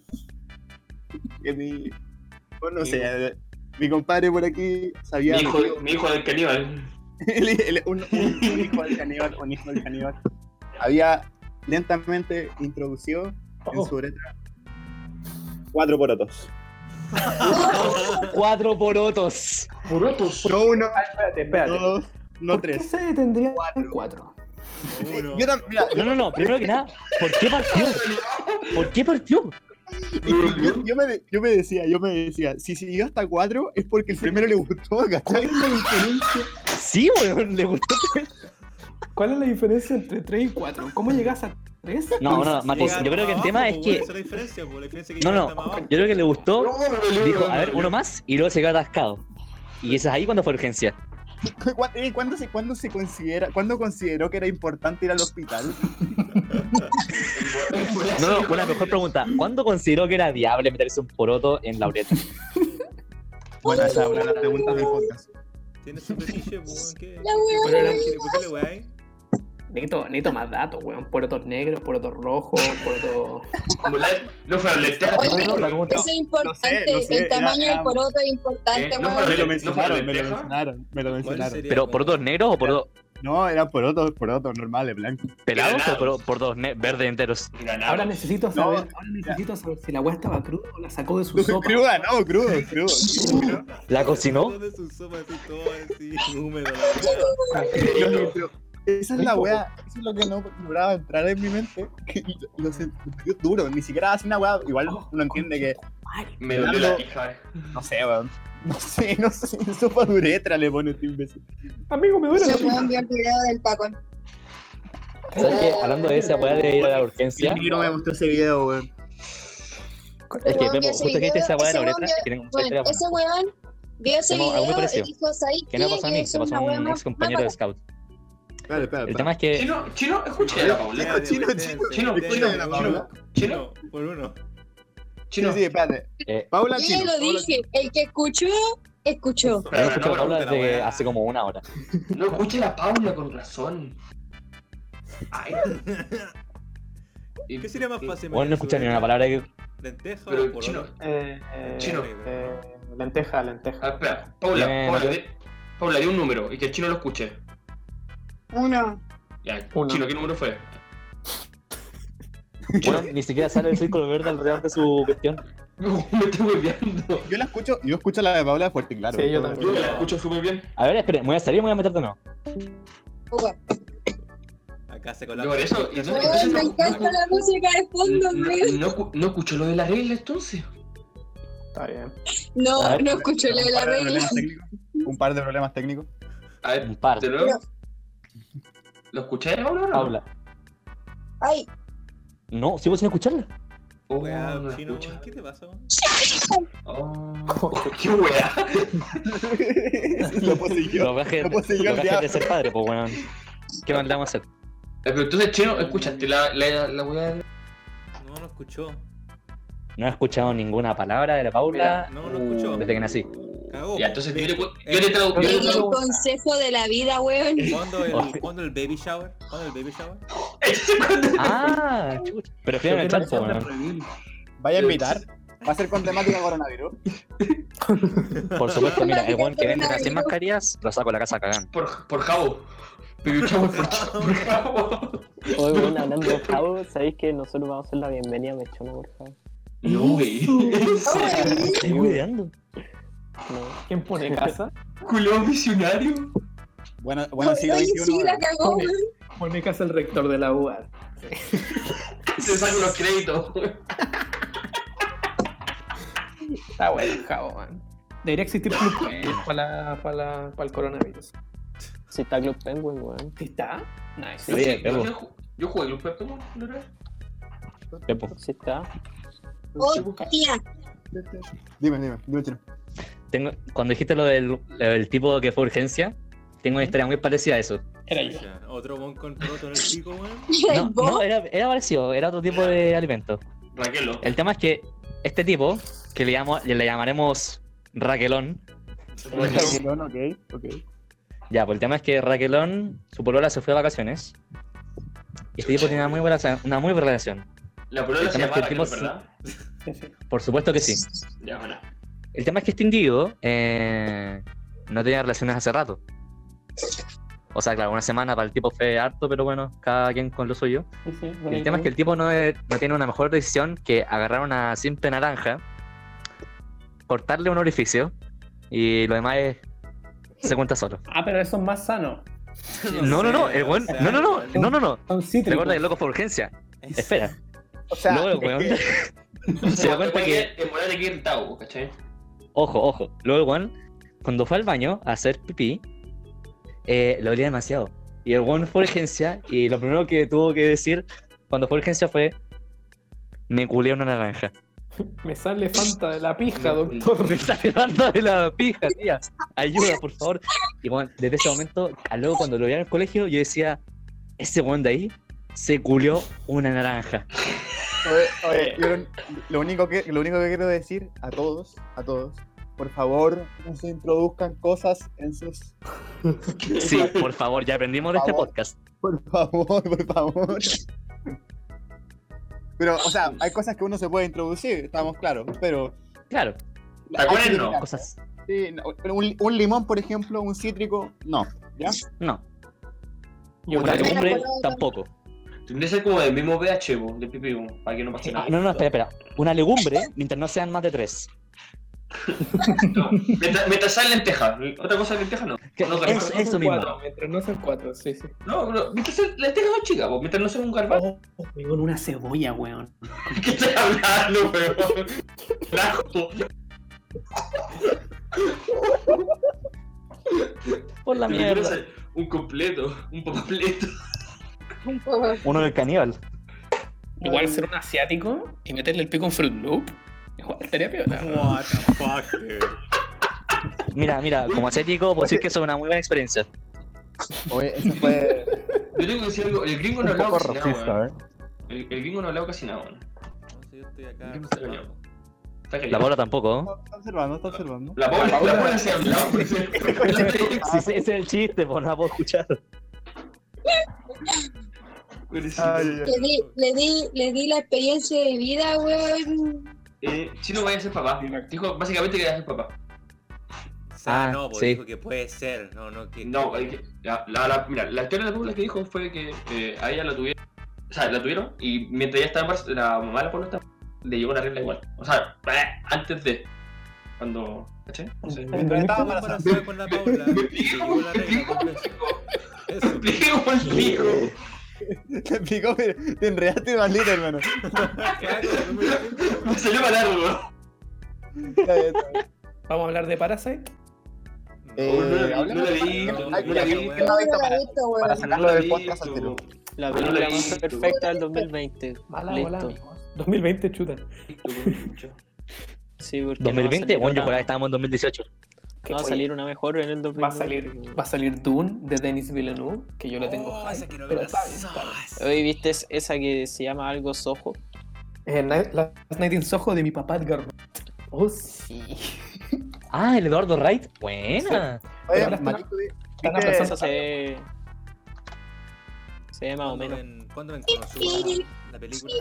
Speaker 1: que mi. Bueno, no sé, mi compadre por aquí
Speaker 2: Mi
Speaker 1: sabía.
Speaker 2: hijo, mi hijo del caníbal.
Speaker 1: El- el- un, un- un hijo del caníbal, un hijo del caníbal. Había lentamente introducido en su uretra cuatro porotos.
Speaker 3: Cuatro porotos.
Speaker 2: Porotos.
Speaker 1: No uno,
Speaker 6: Espérate,
Speaker 1: no
Speaker 6: espérate.
Speaker 1: dos, no
Speaker 8: ¿Por qué
Speaker 1: tres.
Speaker 8: se detendría
Speaker 1: Cuatro.
Speaker 8: en cuatro?
Speaker 4: Uno.
Speaker 1: Yo también, mira,
Speaker 3: No, no, no. Primero que nada, ¿por qué partió? ¿Por qué partió?
Speaker 1: yo- yo, yo me, de- yo me decía, yo me decía, si siguió hasta cuatro es porque el primero le gustó, ¿cachai?
Speaker 3: Sí, weón, le gustó.
Speaker 6: ¿Cuál es la diferencia entre 3 y 4? ¿Cómo llegas a 3?
Speaker 3: No, no, no, Mati,
Speaker 4: Llegar
Speaker 3: yo creo que el
Speaker 4: abajo,
Speaker 3: tema es
Speaker 4: po,
Speaker 3: que.
Speaker 4: Esa es la diferencia, po, la diferencia que
Speaker 3: No,
Speaker 4: llegar
Speaker 3: no,
Speaker 4: hasta más
Speaker 3: yo
Speaker 4: abajo.
Speaker 3: creo que le gustó. Dijo, a ver, uno más y luego se quedó atascado. Y eso es ahí cuando fue urgencia.
Speaker 1: ¿Cu- cu- eh, ¿Cuándo se, cuándo se considera, cuándo consideró que era importante ir al hospital?
Speaker 3: No, no, una mejor pregunta. ¿Cuándo consideró que era viable meterse un poroto en la uretra?
Speaker 1: Bueno, esa es una de las preguntas del podcast.
Speaker 4: Tiene su fetiche, po, weón, ¿qué?
Speaker 5: La weá,
Speaker 4: ¿Por qué
Speaker 5: la
Speaker 4: le- por qué le weáis?
Speaker 6: Necesito, necesito más datos, weón. Porotos negros, porotos rojos, porotos...
Speaker 2: Como la- No fue alertar.
Speaker 3: No, la pregunta-
Speaker 5: Eso es importante,
Speaker 1: no sé,
Speaker 5: el
Speaker 1: era-
Speaker 5: tamaño
Speaker 1: era-
Speaker 5: del poroto es importante,
Speaker 2: Eh, no
Speaker 5: weón.
Speaker 2: para
Speaker 1: Me lo
Speaker 2: ¿No
Speaker 1: mencionaron, me lo
Speaker 2: lenteja?
Speaker 1: mencionaron, me lo
Speaker 4: ¿Cuál
Speaker 1: mencionaron.
Speaker 4: sería
Speaker 3: ¿Pero
Speaker 4: como-
Speaker 3: porotos negros o porotos
Speaker 1: No, eran porotos, porotos normales, blancos.
Speaker 3: pelados o poro- porotos ne- verdes enteros?
Speaker 2: Ganado.
Speaker 6: Ahora necesito saber, ahora necesito saber si la weá estaba cruda o la sacó de su sopa.
Speaker 1: Pues Cruda, no, crudo, crudo.
Speaker 3: ¿La cocinó?
Speaker 4: Todo su sopa así, todo así, húmedo, la weá.
Speaker 1: Pero- pero esa es la weá, eso es lo que no lograba entrar en mi mente. que Lo sentí duro, ni siquiera así una weá. Igual uno entiende que,
Speaker 2: Me dolió la pija. eh.
Speaker 1: no sé, weón. No sé, no sé, sopa duretra le pone este imbécil.
Speaker 6: Amigo, me duele la
Speaker 5: Ese
Speaker 6: pija.
Speaker 5: weón vio el video del tacón.
Speaker 3: ¿Sabes qué? Hablando de esa weá de ir a la urgencia,
Speaker 1: Mi no me mostró ese video, weón.
Speaker 3: es que
Speaker 5: Weón vio
Speaker 3: vemos
Speaker 5: ese
Speaker 3: justo que
Speaker 5: video,
Speaker 3: viste esa weá de
Speaker 5: ese
Speaker 3: la
Speaker 5: weón
Speaker 3: uretra
Speaker 5: vio-
Speaker 3: que tienen un
Speaker 5: Bueno, ese weón vio ese
Speaker 3: Tengo algo
Speaker 5: video y
Speaker 3: parecido.
Speaker 5: dijo, ¿sabes
Speaker 3: Que no pasó a mí, se pasó a un ex compañero de scout.
Speaker 1: Espera, espera,
Speaker 3: El
Speaker 1: espera.
Speaker 3: tema es que.
Speaker 2: Chino, chino, escucha a la Paula.
Speaker 1: Chino, chino,
Speaker 4: Detense,
Speaker 2: chino,
Speaker 4: detense,
Speaker 2: chino,
Speaker 4: la
Speaker 1: chino.
Speaker 4: Paula.
Speaker 2: Chino,
Speaker 4: Chino, por uno.
Speaker 1: Sí,
Speaker 2: chino.
Speaker 1: sí, espérate.
Speaker 3: eh,
Speaker 1: Paula
Speaker 5: Yo ya
Speaker 1: Chino.
Speaker 5: lo
Speaker 1: Paula
Speaker 5: dije, el que escuchó, escuchó.
Speaker 3: Yo no
Speaker 2: Espera,
Speaker 3: escucho a
Speaker 2: no,
Speaker 3: Paula
Speaker 4: pregunta la
Speaker 3: desde
Speaker 4: weá.
Speaker 3: hace como una hora.
Speaker 2: No escucha la Paula con razón. Ay.
Speaker 4: ¿Qué sería más fácil?
Speaker 3: Bueno, no escuché ni una palabra que.
Speaker 4: ¿Lenteja
Speaker 2: Pero,
Speaker 4: o
Speaker 2: chino,
Speaker 4: poroto?
Speaker 7: Eh, eh,
Speaker 2: Chino.
Speaker 7: eh, lenteja, lenteja.
Speaker 2: Ah, espera, Paula,
Speaker 3: Eh,
Speaker 2: Paula,
Speaker 3: no.
Speaker 2: di- Paula, di un número y que el chino lo escuche.
Speaker 5: Uno.
Speaker 2: Ya,
Speaker 7: Uno.
Speaker 2: chino, ¿qué número fue?
Speaker 3: Bueno, ni siquiera sale el círculo verde alrededor de su cuestión.
Speaker 2: No, me estoy golpeando.
Speaker 1: Chino. Yo la escucho, yo escucho la de Paula fuerte, y claro.
Speaker 7: Sí, yo también.
Speaker 2: Yo la escucho súper bien.
Speaker 3: A ver, espere, me voy a salir y me voy a meter de nuevo.
Speaker 5: Uga.
Speaker 4: Acá se
Speaker 2: Yo por
Speaker 4: colapsa.
Speaker 2: eso. y no-
Speaker 5: Weón,
Speaker 2: entonces
Speaker 5: me
Speaker 2: no-
Speaker 5: encanta la música de fondo,
Speaker 2: Oh, No,
Speaker 5: weón.
Speaker 2: no, escu- no escuchó lo de la regla entonces.
Speaker 7: Está bien.
Speaker 3: A
Speaker 5: No,
Speaker 3: ver.
Speaker 5: no escuchó la de la regla.
Speaker 1: Un par de problemas técnicos.
Speaker 2: A ver,
Speaker 3: Un par.
Speaker 2: de nuevo. ¿Lo escucháis ahora o no?
Speaker 3: Paula.
Speaker 5: Ay,
Speaker 3: No, sigo sin escucharla.
Speaker 2: Oh,
Speaker 4: Weá,
Speaker 2: no la
Speaker 4: chino,
Speaker 2: escucha.
Speaker 4: ¿qué te pasa? weón?
Speaker 2: Oh, qué weá.
Speaker 1: lo poseyó.
Speaker 3: Lo bajé,
Speaker 1: no puedo seguir
Speaker 3: lo
Speaker 1: al
Speaker 3: bajé
Speaker 1: diablo.
Speaker 3: de ser padre, pues weón. ¿Qué más le vamos a hacer?
Speaker 2: Ya, Pero entonces, chino, escuchaste la, la, la weá. de-
Speaker 4: No, no escuchó.
Speaker 3: No he escuchado ninguna palabra de la Paula
Speaker 4: No, no escuchó.
Speaker 3: desde que nací.
Speaker 4: Cagó.
Speaker 2: Ya, entonces yo le, yo
Speaker 4: Eh,
Speaker 2: le tradu- yo le
Speaker 5: el
Speaker 2: tradu-
Speaker 5: consejo de la vida, weón.
Speaker 4: ¿Cuándo
Speaker 3: Oye.
Speaker 4: el, ¿Cuándo el baby shower? ¿Cuándo el baby shower?
Speaker 3: Ah, chucha. Pero escriban en el chat, pues weón.
Speaker 1: Vaya a invitar. Va a ser con temática coronavirus.
Speaker 3: Por supuesto, mira, el weón que vende las 100 mascarillas, lo saco de la casa cagando.
Speaker 2: Por, por Jabo. Pero chavo, por, Jabo, por Jabo.
Speaker 7: Hoy, bueno, hablando de Javo, sabéis que nosotros vamos a hacer la bienvenida a Mechona, por favor.
Speaker 2: No, güey.
Speaker 3: Estoy cuidando.
Speaker 7: ¿Quién pone casa?
Speaker 2: Culón visionario.
Speaker 1: Bueno, bueno, siglo
Speaker 5: Oye, sí,
Speaker 1: XXI.
Speaker 5: la cagó,
Speaker 7: Come.
Speaker 5: weón.
Speaker 7: Pone casa el rector de la UAD.
Speaker 2: Se sacan los créditos.
Speaker 7: Está bueno.
Speaker 6: Jao, man. Debería existir club Penguin para, la- para, la- para el coronavirus.
Speaker 9: Si está Club Penguin, weón.
Speaker 6: ¿Sí ¿Está? Nice.
Speaker 3: Sí,
Speaker 2: Oye,
Speaker 3: claro.
Speaker 2: yo- Yo jugué Club Pepto, ¿no era?
Speaker 3: Pepo,
Speaker 9: Si está.
Speaker 5: Hostia.
Speaker 1: este. Dime, dime, dime, chino.
Speaker 3: tengo, cuando dijiste lo del el tipo que fue a urgencia, tengo
Speaker 1: ¿Mm?
Speaker 3: una historia muy parecida a eso.
Speaker 6: Era yo.
Speaker 4: Otro bon con proto en el pico, weón.
Speaker 3: No, no, era, era parecido, era otro tipo de alimento.
Speaker 2: Raquelo.
Speaker 3: El tema es que este tipo, que le, llamo, le llamaremos Raquelón,
Speaker 1: Perdón, ok, ok.
Speaker 3: Ya, pues el tema es que Raquelón, su polola se fue de vacaciones. Y este tipo tenía una muy buena, una muy buena relación.
Speaker 2: La prueba se
Speaker 3: Estamos
Speaker 2: llama Raquel,
Speaker 3: discutimos-
Speaker 2: ¿verdad?
Speaker 3: Por supuesto que sí.
Speaker 2: Ya, bueno.
Speaker 3: El tema es que este individuo eh, no tenía relaciones hace rato. O sea, claro, una semana para el tipo fue harto, pero bueno, cada quien con lo suyo.
Speaker 6: Sí, sí,
Speaker 3: Y
Speaker 6: bonito.
Speaker 3: el tema es que el tipo no, es- no tiene una mejor decisión que agarrar una simple naranja, cortarle un orificio y lo demás es- se cuenta solo.
Speaker 6: Ah, pero eso es más sano.
Speaker 3: No, no, no, el buen- no, no, no, no, no, no. Recuerda
Speaker 6: Son cítricos.
Speaker 3: que el loco fue urgencia. Espera.
Speaker 9: O sea,
Speaker 3: Luego, el weón. se da cuenta que.
Speaker 2: En moral hay que ir tau, ¿cachai?
Speaker 3: Ojo, ojo. Luego, el weón, cuando fue al baño a hacer pipí, eh, lo olía demasiado. Y el weón fue a urgencia y lo primero que tuvo que decir cuando fue a urgencia fue: Me culé una naranja.
Speaker 7: Me sale Fanta de la pija, doctor.
Speaker 3: Me está quedando de la pija, tía. Ayuda, por favor. Y bueno, desde ese momento, a luego cuando lo vi en el colegio, yo decía: Ese weón de ahí se culió una naranja.
Speaker 1: Oye, oye, yo lo, lo único que, lo único que quiero decir a todos, a todos, por favor, no se introduzcan cosas en sus...
Speaker 3: Sí, por favor, ya aprendimos de este
Speaker 1: Por favor.
Speaker 3: podcast.
Speaker 1: Por favor, por favor. Pero, o sea, hay cosas que uno se puede introducir, estamos claros, pero...
Speaker 3: Claro,
Speaker 2: Tacones
Speaker 1: hay que
Speaker 2: no.
Speaker 1: limitar.
Speaker 3: cosas.
Speaker 1: Sí, no, un, un limón, por ejemplo, un cítrico, no. ¿Ya?
Speaker 3: No,
Speaker 7: Yo
Speaker 3: una
Speaker 7: creo que-
Speaker 3: legumbre tampoco.
Speaker 2: Tendría que ser como del mismo pH, bo, del pipi, bo, para que no pase nada.
Speaker 3: Ah, no, no, espera, espera. Una legumbre mientras no sean más de tres.
Speaker 2: No. Mientras, mientras sea lenteja. Otra cosa de lenteja no.
Speaker 3: Que-
Speaker 2: No,
Speaker 3: eso,
Speaker 2: no,
Speaker 3: eso mismo.
Speaker 7: Cuatro, mientras no sean cuatro, sí, sí.
Speaker 2: No, no. Mientras sea lenteja no chica, bo, mientras no sea un garbanzo.
Speaker 8: Oh, weón, una cebolla, weón.
Speaker 3: Oh.
Speaker 2: ¿Qué estás hablando, weón? Carajo.
Speaker 3: Por la
Speaker 2: Te lo juro,
Speaker 3: mierda.
Speaker 2: es Un completo, un papapleto.
Speaker 3: Uno del caníbal.
Speaker 6: Igual ser un asiático y meterle el pico en Fruit Loop. Igual estaría peor.
Speaker 4: What the fuck, dude.
Speaker 3: Mira, mira, como asiático, puedo decir que eso es una muy buena experiencia.
Speaker 1: Oye, eso fue...
Speaker 2: Yo tengo que decir algo. El gringo no ha hablado casi nada, weón.
Speaker 3: eh.
Speaker 2: El, el gringo no ha hablado casi nada, weón.
Speaker 4: No sé, yo estoy acá.
Speaker 2: Yo no sé,
Speaker 4: observando.
Speaker 2: Está
Speaker 3: La
Speaker 2: callado.
Speaker 3: bola tampoco. ¿eh?
Speaker 1: No, Está observando, está observando.
Speaker 2: La bola, la bola se ha hablado. por eso-
Speaker 1: Ah,
Speaker 3: Sí, sí, ese es el chiste, pues no la puedo escuchar.
Speaker 1: Ay, ay,
Speaker 5: Le di, le di, le di la experiencia de vida, weón.
Speaker 2: Eh, Chino vaya a ser papá. Dijo básicamente que iba a ser papá.
Speaker 4: O sea,
Speaker 3: Ah,
Speaker 4: no, pues
Speaker 3: sí.
Speaker 4: dijo que puede ser. No, no, que.
Speaker 2: No, hay que- la, la- la- mira, la historia de la Paula que dijo fue que eh, a ella la tuvieron, o sea, la tuvieron y mientras ella estaba embarazada, la mamá de la Paula estaba, le llegó la regla igual. O sea, eh, antes de, cuando, ¿cachai? No sé.
Speaker 1: Mientras estaba
Speaker 4: Estaba
Speaker 1: embarazada.
Speaker 4: embarazada con la Paula.
Speaker 2: Me
Speaker 4: y llegó la regla
Speaker 2: picó,
Speaker 4: con
Speaker 2: me
Speaker 4: peso.
Speaker 2: picó,
Speaker 4: Eso.
Speaker 2: me picó el pico.
Speaker 1: Te picó, pero te enredaste maldito, hermano.
Speaker 4: Claro, no me lo pincho.
Speaker 2: Me salió para largo.
Speaker 1: Está bien, está bien.
Speaker 6: Vamos a hablar de Parasite.
Speaker 1: Eh,
Speaker 2: no, la- no,
Speaker 1: hablemos
Speaker 2: la
Speaker 1: de-
Speaker 2: vi,
Speaker 1: hay-
Speaker 2: no,
Speaker 1: hay-
Speaker 2: no la vi.
Speaker 1: ¿quién la ha visto
Speaker 5: No la
Speaker 1: para-
Speaker 5: he visto, weón.
Speaker 1: para sacarlo del podcast
Speaker 2: Listo.
Speaker 1: al tiro?
Speaker 9: la
Speaker 2: Pero
Speaker 9: película
Speaker 2: la
Speaker 9: más
Speaker 2: hizo.
Speaker 9: perfecta del 2020.
Speaker 7: Mala bola,
Speaker 9: Listo.
Speaker 7: amigos.
Speaker 6: 2020, chuta.
Speaker 9: Sí, porque no va a
Speaker 3: 2020, bueno, yo
Speaker 9: salir una-
Speaker 3: juraba que estábamos en 2018.
Speaker 9: no va a salir una mejor en el 2020.
Speaker 6: Va a salir, va a salir Dune de Denis Villeneuve, que yo le tengo
Speaker 4: Oh,
Speaker 6: hype,
Speaker 4: esa que no
Speaker 6: pero
Speaker 4: me la
Speaker 6: está bien. Eh,
Speaker 4: sabes.
Speaker 9: Hoy viste es- esa que se llama algo Soho.
Speaker 7: Eh, na- la-
Speaker 6: Last Night in Soho de mi papá Edgar.
Speaker 9: Oh, sí.
Speaker 3: Ah, el Eduardo Wright. Buena.
Speaker 1: Oye,
Speaker 6: ahora está-
Speaker 1: Marito, di-
Speaker 6: están
Speaker 1: ¿viste-
Speaker 6: aplazando-
Speaker 9: Esa se. Se ve más o
Speaker 4: ¿Cuándo
Speaker 9: menos.
Speaker 4: ven- ¿Cuándo ven Konosuba la- la película?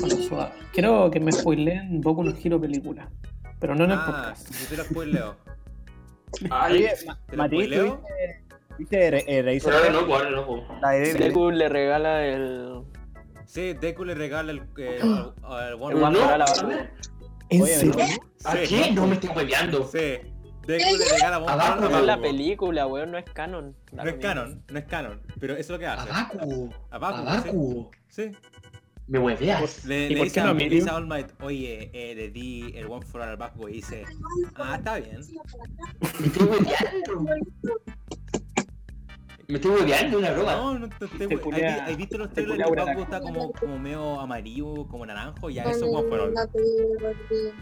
Speaker 6: Konosuba. Quiero que me spoileen Boku no Hero película, pero no en el
Speaker 4: Ah,
Speaker 6: podcast.
Speaker 4: yo te lo spoileo.
Speaker 2: Ay,
Speaker 1: oye, Ma-
Speaker 4: ¿Te lo
Speaker 1: Mati,
Speaker 4: spoileo?
Speaker 1: ¿viste Eraser?
Speaker 2: pero ahora no, pues, ahora no. pues.
Speaker 1: La de-
Speaker 9: Deku le regala el.
Speaker 10: Sí, Deku le regala el. eh, al- al One
Speaker 9: El One
Speaker 10: Piece.
Speaker 9: para la barba.
Speaker 8: ¿En
Speaker 10: Oye,
Speaker 8: serio?
Speaker 2: ¿A
Speaker 10: Sí.
Speaker 2: qué? No me estoy hueveando.
Speaker 10: Sí. Deku le regala One Piece a
Speaker 9: Abaco es la
Speaker 10: Bakugo.
Speaker 9: película, weón, no es canon.
Speaker 10: No es canon, no es canon, pero eso es lo que hace.
Speaker 2: Abaku.
Speaker 10: Abaco,
Speaker 2: Abaku.
Speaker 10: Sí.
Speaker 2: Me hueveas.
Speaker 10: Le,
Speaker 6: ¿Y
Speaker 10: le
Speaker 6: por
Speaker 10: dice
Speaker 6: qué no
Speaker 10: a,
Speaker 6: a
Speaker 10: le
Speaker 6: Miriam?
Speaker 10: dice a All Might, oye, eh, le di el One for All al Bakugo y dice, ah, está bien.
Speaker 2: Me estoy hueveando. Me estoy hueveando una broma.
Speaker 10: No, no te, te,
Speaker 6: Te
Speaker 10: ¿Has,
Speaker 6: culea-
Speaker 10: vi- has visto los
Speaker 6: te
Speaker 10: trailers
Speaker 6: culea
Speaker 10: que
Speaker 6: una
Speaker 10: Bakugo está como, como medio amarillo, como naranjo? Ya, eso es
Speaker 5: No,
Speaker 10: One for All.
Speaker 5: no, te digo, porque-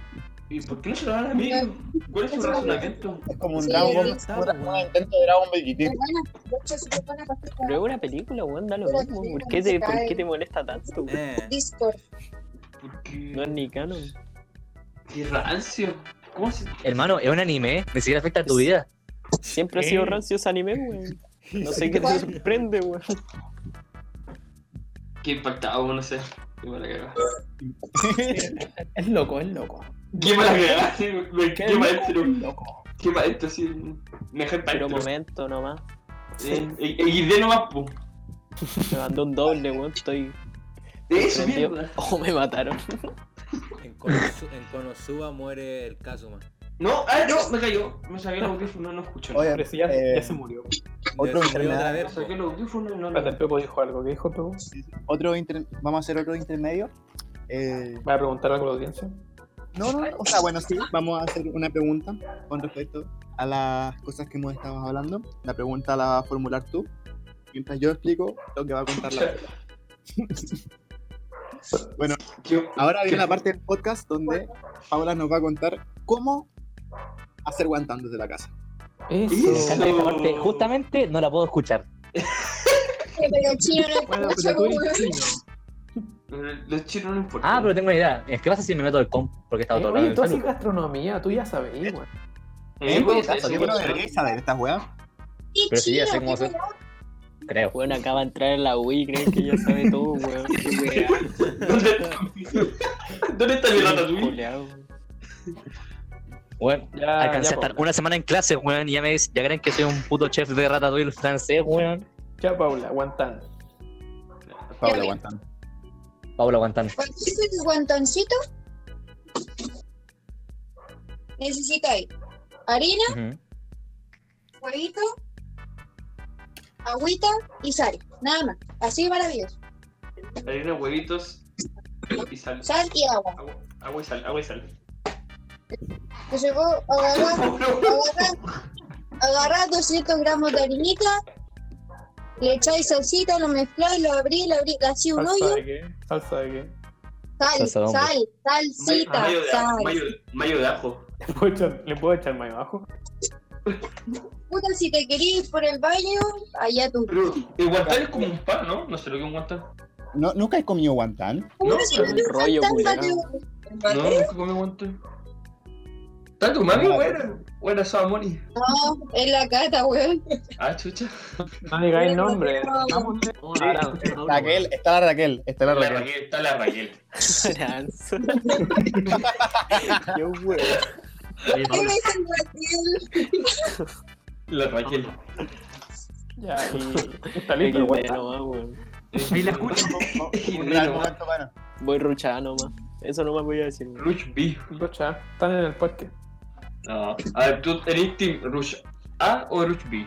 Speaker 2: ¿Y por qué no se lo dan a mí? ¿Cuál es su razonamiento?
Speaker 1: Es como un
Speaker 5: Sí,
Speaker 1: Dragon
Speaker 5: sí,
Speaker 1: Ball,
Speaker 10: sí.
Speaker 1: un intento de Dragon Ball GT.
Speaker 5: Es buena, de hecho, es súper buena porque está
Speaker 9: Pero es una película, weón, da lo mismo. ¿Por qué te, por qué te molesta tanto? weón?
Speaker 10: Eh,
Speaker 5: Discord.
Speaker 2: ¿Por qué?
Speaker 9: No es ni canon.
Speaker 2: Qué rancio. ¿Cómo se.?
Speaker 3: Hermano, es un anime, ni siquiera afecta a tu vida.
Speaker 9: Siempre ha sido rancio ese anime, weón. No sé qué te sorprende, weón.
Speaker 2: Qué impactado, no sé. Qué mala cagada.
Speaker 6: Es loco, es loco.
Speaker 2: Qué mala cagada. sí, me-
Speaker 6: Qué
Speaker 2: Qué
Speaker 6: loco,
Speaker 2: maestro.
Speaker 6: es loco.
Speaker 2: Qué maestro, sí. Mejor maestro.
Speaker 9: Pero momento nomás.
Speaker 2: Eh, eh, eh, Y de nomás, po.
Speaker 9: Me mandó un doble, weón. Estoy.
Speaker 2: Eso,
Speaker 9: prendido.
Speaker 2: mierda.
Speaker 9: Oh, me mataron.
Speaker 10: en, Konosu- en Konosuba muere el Kazuma.
Speaker 2: No, ah, no, me cayó. Me saqué los audífonos, no escucho.
Speaker 1: Oye,
Speaker 7: Pero si ya,
Speaker 1: eh,
Speaker 7: ya se murió.
Speaker 1: Otro
Speaker 10: Ya se murió
Speaker 1: internet.
Speaker 10: otra
Speaker 2: Me
Speaker 10: vez. po.
Speaker 2: saqué los audífonos y no
Speaker 7: Espérate, el
Speaker 2: no.
Speaker 7: Pepo dijo algo. ¿Qué dijo el Pepo?
Speaker 1: otro inter- vamos a hacer otro intermedio. Eh,
Speaker 7: ¿Va a preguntar algo a la audiencia?
Speaker 1: no, no, o sea, bueno, sí, vamos a hacer una pregunta con respecto a las cosas que hemos estado hablando. La pregunta la vas a formular tú, mientras yo explico lo que va a contar la Bueno,
Speaker 2: Qué-
Speaker 1: ahora viene
Speaker 2: qué-
Speaker 1: la parte del podcast donde Paula nos va a contar cómo hacer guantán desde la casa.
Speaker 3: Me encanta esta parte, Justamente no la puedo escuchar.
Speaker 5: Eh, Pero chino no
Speaker 7: Bueno,
Speaker 5: escucha,
Speaker 7: pero tú
Speaker 5: weón.
Speaker 7: eres chino.
Speaker 2: Los chinos no importan.
Speaker 3: Ah, pero tengo una idea. Es que pasa si me meto el comp porque estaba
Speaker 7: Eh,
Speaker 3: todo el
Speaker 7: oye, tú
Speaker 3: rato en el
Speaker 7: haces
Speaker 3: celu.
Speaker 7: gastronomía, tú ya sabes, güey.
Speaker 2: Eh,
Speaker 1: Oye,
Speaker 2: pues,
Speaker 1: Tato,
Speaker 2: eso,
Speaker 1: yo creo que deberíais saber estas weas.
Speaker 5: Sí,
Speaker 3: Pero sí, ya sé
Speaker 5: chino,
Speaker 3: cómo
Speaker 5: qué
Speaker 3: hacer. Creo.
Speaker 9: Weón, acaba de entrar en la Wii, creen que ya sabe todo, weón. Qué weá.
Speaker 2: ¿Dónde, ¿Dónde está mi ratatouille?
Speaker 9: Culeado, weón.
Speaker 3: Bueno,
Speaker 7: Ya,
Speaker 3: alcancé
Speaker 7: ya,
Speaker 3: a estar
Speaker 7: Paula.
Speaker 3: una semana en clase, weón. Y ya me dicen- ya creen que soy un puto chef de ratatouille francés, weón.
Speaker 7: Ya, Paula, aguantan.
Speaker 1: Paula, guantán.
Speaker 3: Pablo, aguantan.
Speaker 5: ¿Guantoncito es guantoncito? Necesitáis harina,
Speaker 3: Ujú.
Speaker 5: huevito, agüita y sal. Nada más. Así maravilloso.
Speaker 2: Harina, huevitos y sal.
Speaker 5: Sal y agua.
Speaker 2: Agua, agua y sal, agua y sal.
Speaker 5: Te llegó agarrar, agarrar 200 gramos de harinita, le echáis salsita, lo mezcláis, lo abrís, lo abrís, así un
Speaker 7: ¿Salsa
Speaker 5: hoyo.
Speaker 7: de qué? ¿Salsa de qué?
Speaker 5: Sal, pues.
Speaker 3: Salsa de hongo.
Speaker 5: sal,
Speaker 2: Mayo,
Speaker 5: salsita,
Speaker 2: mayo de
Speaker 5: sal.
Speaker 2: ajo, mayo, mayo de ajo.
Speaker 7: ¿Le puedo echar, ¿le puedo echar mayo abajo?
Speaker 5: Puta, si te querís ir por el baño, allá tú.
Speaker 2: Pero el guantán es como un pan, ¿no? No sé lo que es un guantán.
Speaker 1: No, ¿Nunca he comido guantán?
Speaker 5: ¿Cómo
Speaker 2: No,
Speaker 5: si
Speaker 9: pero
Speaker 5: no
Speaker 9: el
Speaker 5: te gusta
Speaker 9: rollo,
Speaker 5: tanto,
Speaker 9: culiao.
Speaker 5: tío?
Speaker 2: No, nunca comí guantán. ¿Está tu mami?
Speaker 1: No,
Speaker 2: Buena, buena Samoni.
Speaker 5: No, es la cata, weón.
Speaker 2: Ah, chucha.
Speaker 7: No digáis nombre. Vámonos.
Speaker 1: Raquel, está la Raquel, está la
Speaker 2: Está la
Speaker 1: Raquel.
Speaker 2: Raquel, está la Raquel.
Speaker 9: Ranzo.
Speaker 7: Qué huevo.
Speaker 3: Oye,
Speaker 5: ¿Qué
Speaker 3: Pablo,
Speaker 5: me dicen, Raquel?
Speaker 2: La Raquel.
Speaker 7: Ya, y está listo
Speaker 9: Qué
Speaker 7: el
Speaker 9: idea
Speaker 7: guantán.
Speaker 9: nomás, weón.
Speaker 2: Ahí la escucho.
Speaker 1: Raquel, ¿cuánto van?
Speaker 9: Voy ruchada nomás. Eso nomás voy a decir, weón.
Speaker 2: Rush B.
Speaker 7: Rocha, están en el parque.
Speaker 2: No. Ah, A ver, ¿tú eres Team Rush A o Rush B?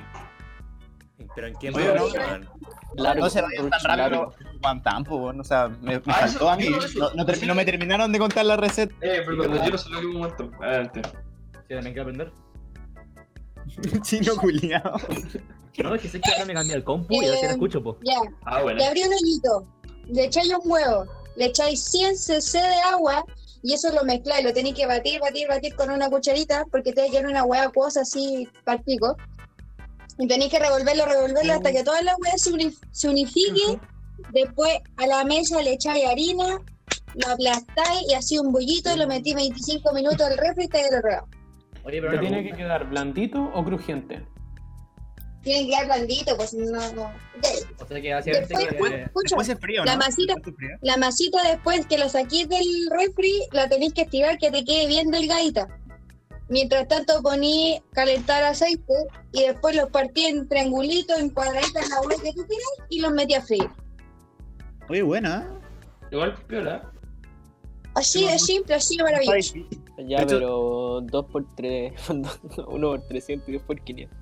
Speaker 10: Pero en qué
Speaker 1: Oye,
Speaker 10: mano,
Speaker 1: no.
Speaker 10: weón.
Speaker 9: Largo,
Speaker 1: No se vayan tan
Speaker 9: ruch, largo.
Speaker 1: rápido. Guantán, pues, bueno, o sea, me, me
Speaker 2: Ah, eso,
Speaker 1: faltó a mí.
Speaker 2: digo eso.
Speaker 1: No, no ter- no me terminaron de contar la receta.
Speaker 2: Eh, perdón, yo no sé lo que es un guantán. Adelante.
Speaker 3: Sí, también quiero aprender.
Speaker 1: Chino culiao.
Speaker 3: No, es que sé que ahora me cambié el compu y ahora sí la escucho, po.
Speaker 5: Ya,
Speaker 2: Ah, bueno.
Speaker 5: le abrí un hoyito, le echáis un huevo, le echáis 100 cc de agua y eso lo mezcláis, lo tenéis que batir, batir, batir con una cucharita porque te queda una hueá acuosa así partico. Y tenéis que revolverlo, revolverlo hasta que toda la hueá se, uni- se unifique. Después a la mesa le echáis harina, lo aplastáis y así un bullito y lo metí 25 minutos al refri y está regado.
Speaker 3: Oye, pero
Speaker 7: ¿Te
Speaker 3: una
Speaker 7: tiene que
Speaker 3: pregunta.
Speaker 7: quedar blandito o crujiente?
Speaker 5: Tiene que quedar blandito, pues no, no. Ya,
Speaker 3: O sea que básicamente
Speaker 5: Después,
Speaker 3: que-
Speaker 5: escucha.
Speaker 1: ¿Cómo se frío,
Speaker 5: La
Speaker 1: no?
Speaker 5: masita.
Speaker 1: ¿Hace frío?
Speaker 5: La masita después que la saquís del refri, la tenéis que estirar que te quede bien delgadita. Mientras tanto poní calentar aceite y después los partí en triangulitos, en cuadraditos, en la hueá que tú quieras y los metí a freír.
Speaker 1: Oye, buena. ¿eh?
Speaker 2: Igual piola.
Speaker 5: Así es simple, así es maravilloso.
Speaker 9: Ya,
Speaker 1: De hecho-
Speaker 9: pero 2 por 3, 1 por 300 y 2 por 500.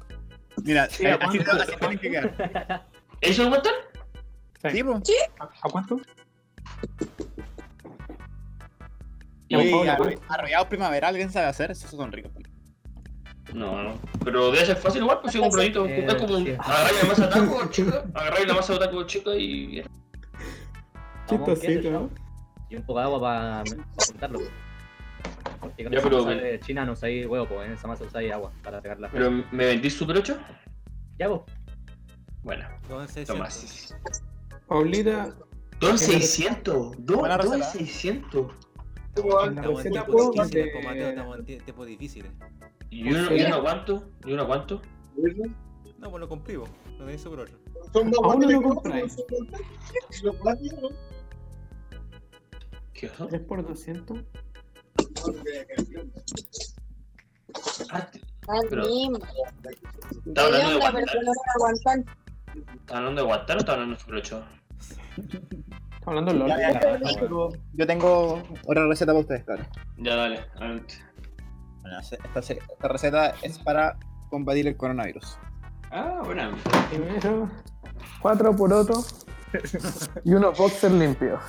Speaker 1: Mira,
Speaker 9: Sí,
Speaker 1: eh,
Speaker 9: aguanta.
Speaker 1: así, así tienen que quedar.
Speaker 2: ¿Eso aguanta?
Speaker 1: Sí, po.
Speaker 6: ¿A cuánto?
Speaker 2: Y-
Speaker 1: Oye,
Speaker 2: Paula,
Speaker 1: arro-
Speaker 2: pues.
Speaker 1: arrollado primavera, alguien sabe hacer, esos son ricos.
Speaker 2: No, no. Pero debe ser fácil igual, pues es un proyecto.
Speaker 3: Eh,
Speaker 2: Es como un-
Speaker 3: sí.
Speaker 2: agarrar la masa de taco, chica. Agarrar la masa de taco, chica, y.
Speaker 3: Chistosito, ¿no? Y un poco de agua para juntarlo. Porque con
Speaker 2: Ya,
Speaker 3: esa
Speaker 2: pero-
Speaker 3: masa de China no usáis huevo, pues en esa masa usáis agua para pegarla.
Speaker 2: Pero me vendí Super 8.
Speaker 3: Ya, vos.
Speaker 2: Bueno, Tomás.
Speaker 6: Paulita,
Speaker 2: Don 600. Don,
Speaker 1: Buena
Speaker 2: don
Speaker 1: receta.
Speaker 2: 600.
Speaker 6: en la
Speaker 10: Estamos en
Speaker 6: receta
Speaker 10: tiempos
Speaker 6: podemos
Speaker 10: difíciles, po, Mateo,
Speaker 6: de...
Speaker 10: estamos en tie- tiempos difíciles.
Speaker 2: Y yo, no- yo no aguanto. Yo no aguanto.
Speaker 10: No, pues lo cumplimos. Lo tenéis sobre otro.
Speaker 5: Son dos
Speaker 6: Aún no
Speaker 5: guantes
Speaker 6: lo
Speaker 5: de
Speaker 6: compráis.
Speaker 5: Los guantes, ¿no?
Speaker 2: ¿Qué oso?
Speaker 6: 3 por 200.
Speaker 2: Ah, t-
Speaker 5: Ay,
Speaker 2: Pero-
Speaker 5: mismo.
Speaker 2: ¿Está hablando de
Speaker 5: Onda, pero
Speaker 2: aguantar?
Speaker 5: que no lo aguantan.
Speaker 2: ¿Está hablando de aguantar o está hablando de Super 8?
Speaker 6: Estamos hablando de LOL.
Speaker 1: Ya, ya, ya, yo tengo- Yo tengo otra receta para ustedes, claro.
Speaker 2: Ya, dale. adelante.
Speaker 1: Bueno, se- esta, se- esta receta es para combatir el coronavirus.
Speaker 2: Ah, bueno.
Speaker 7: Primero, 4 porotos y unos boxers limpios.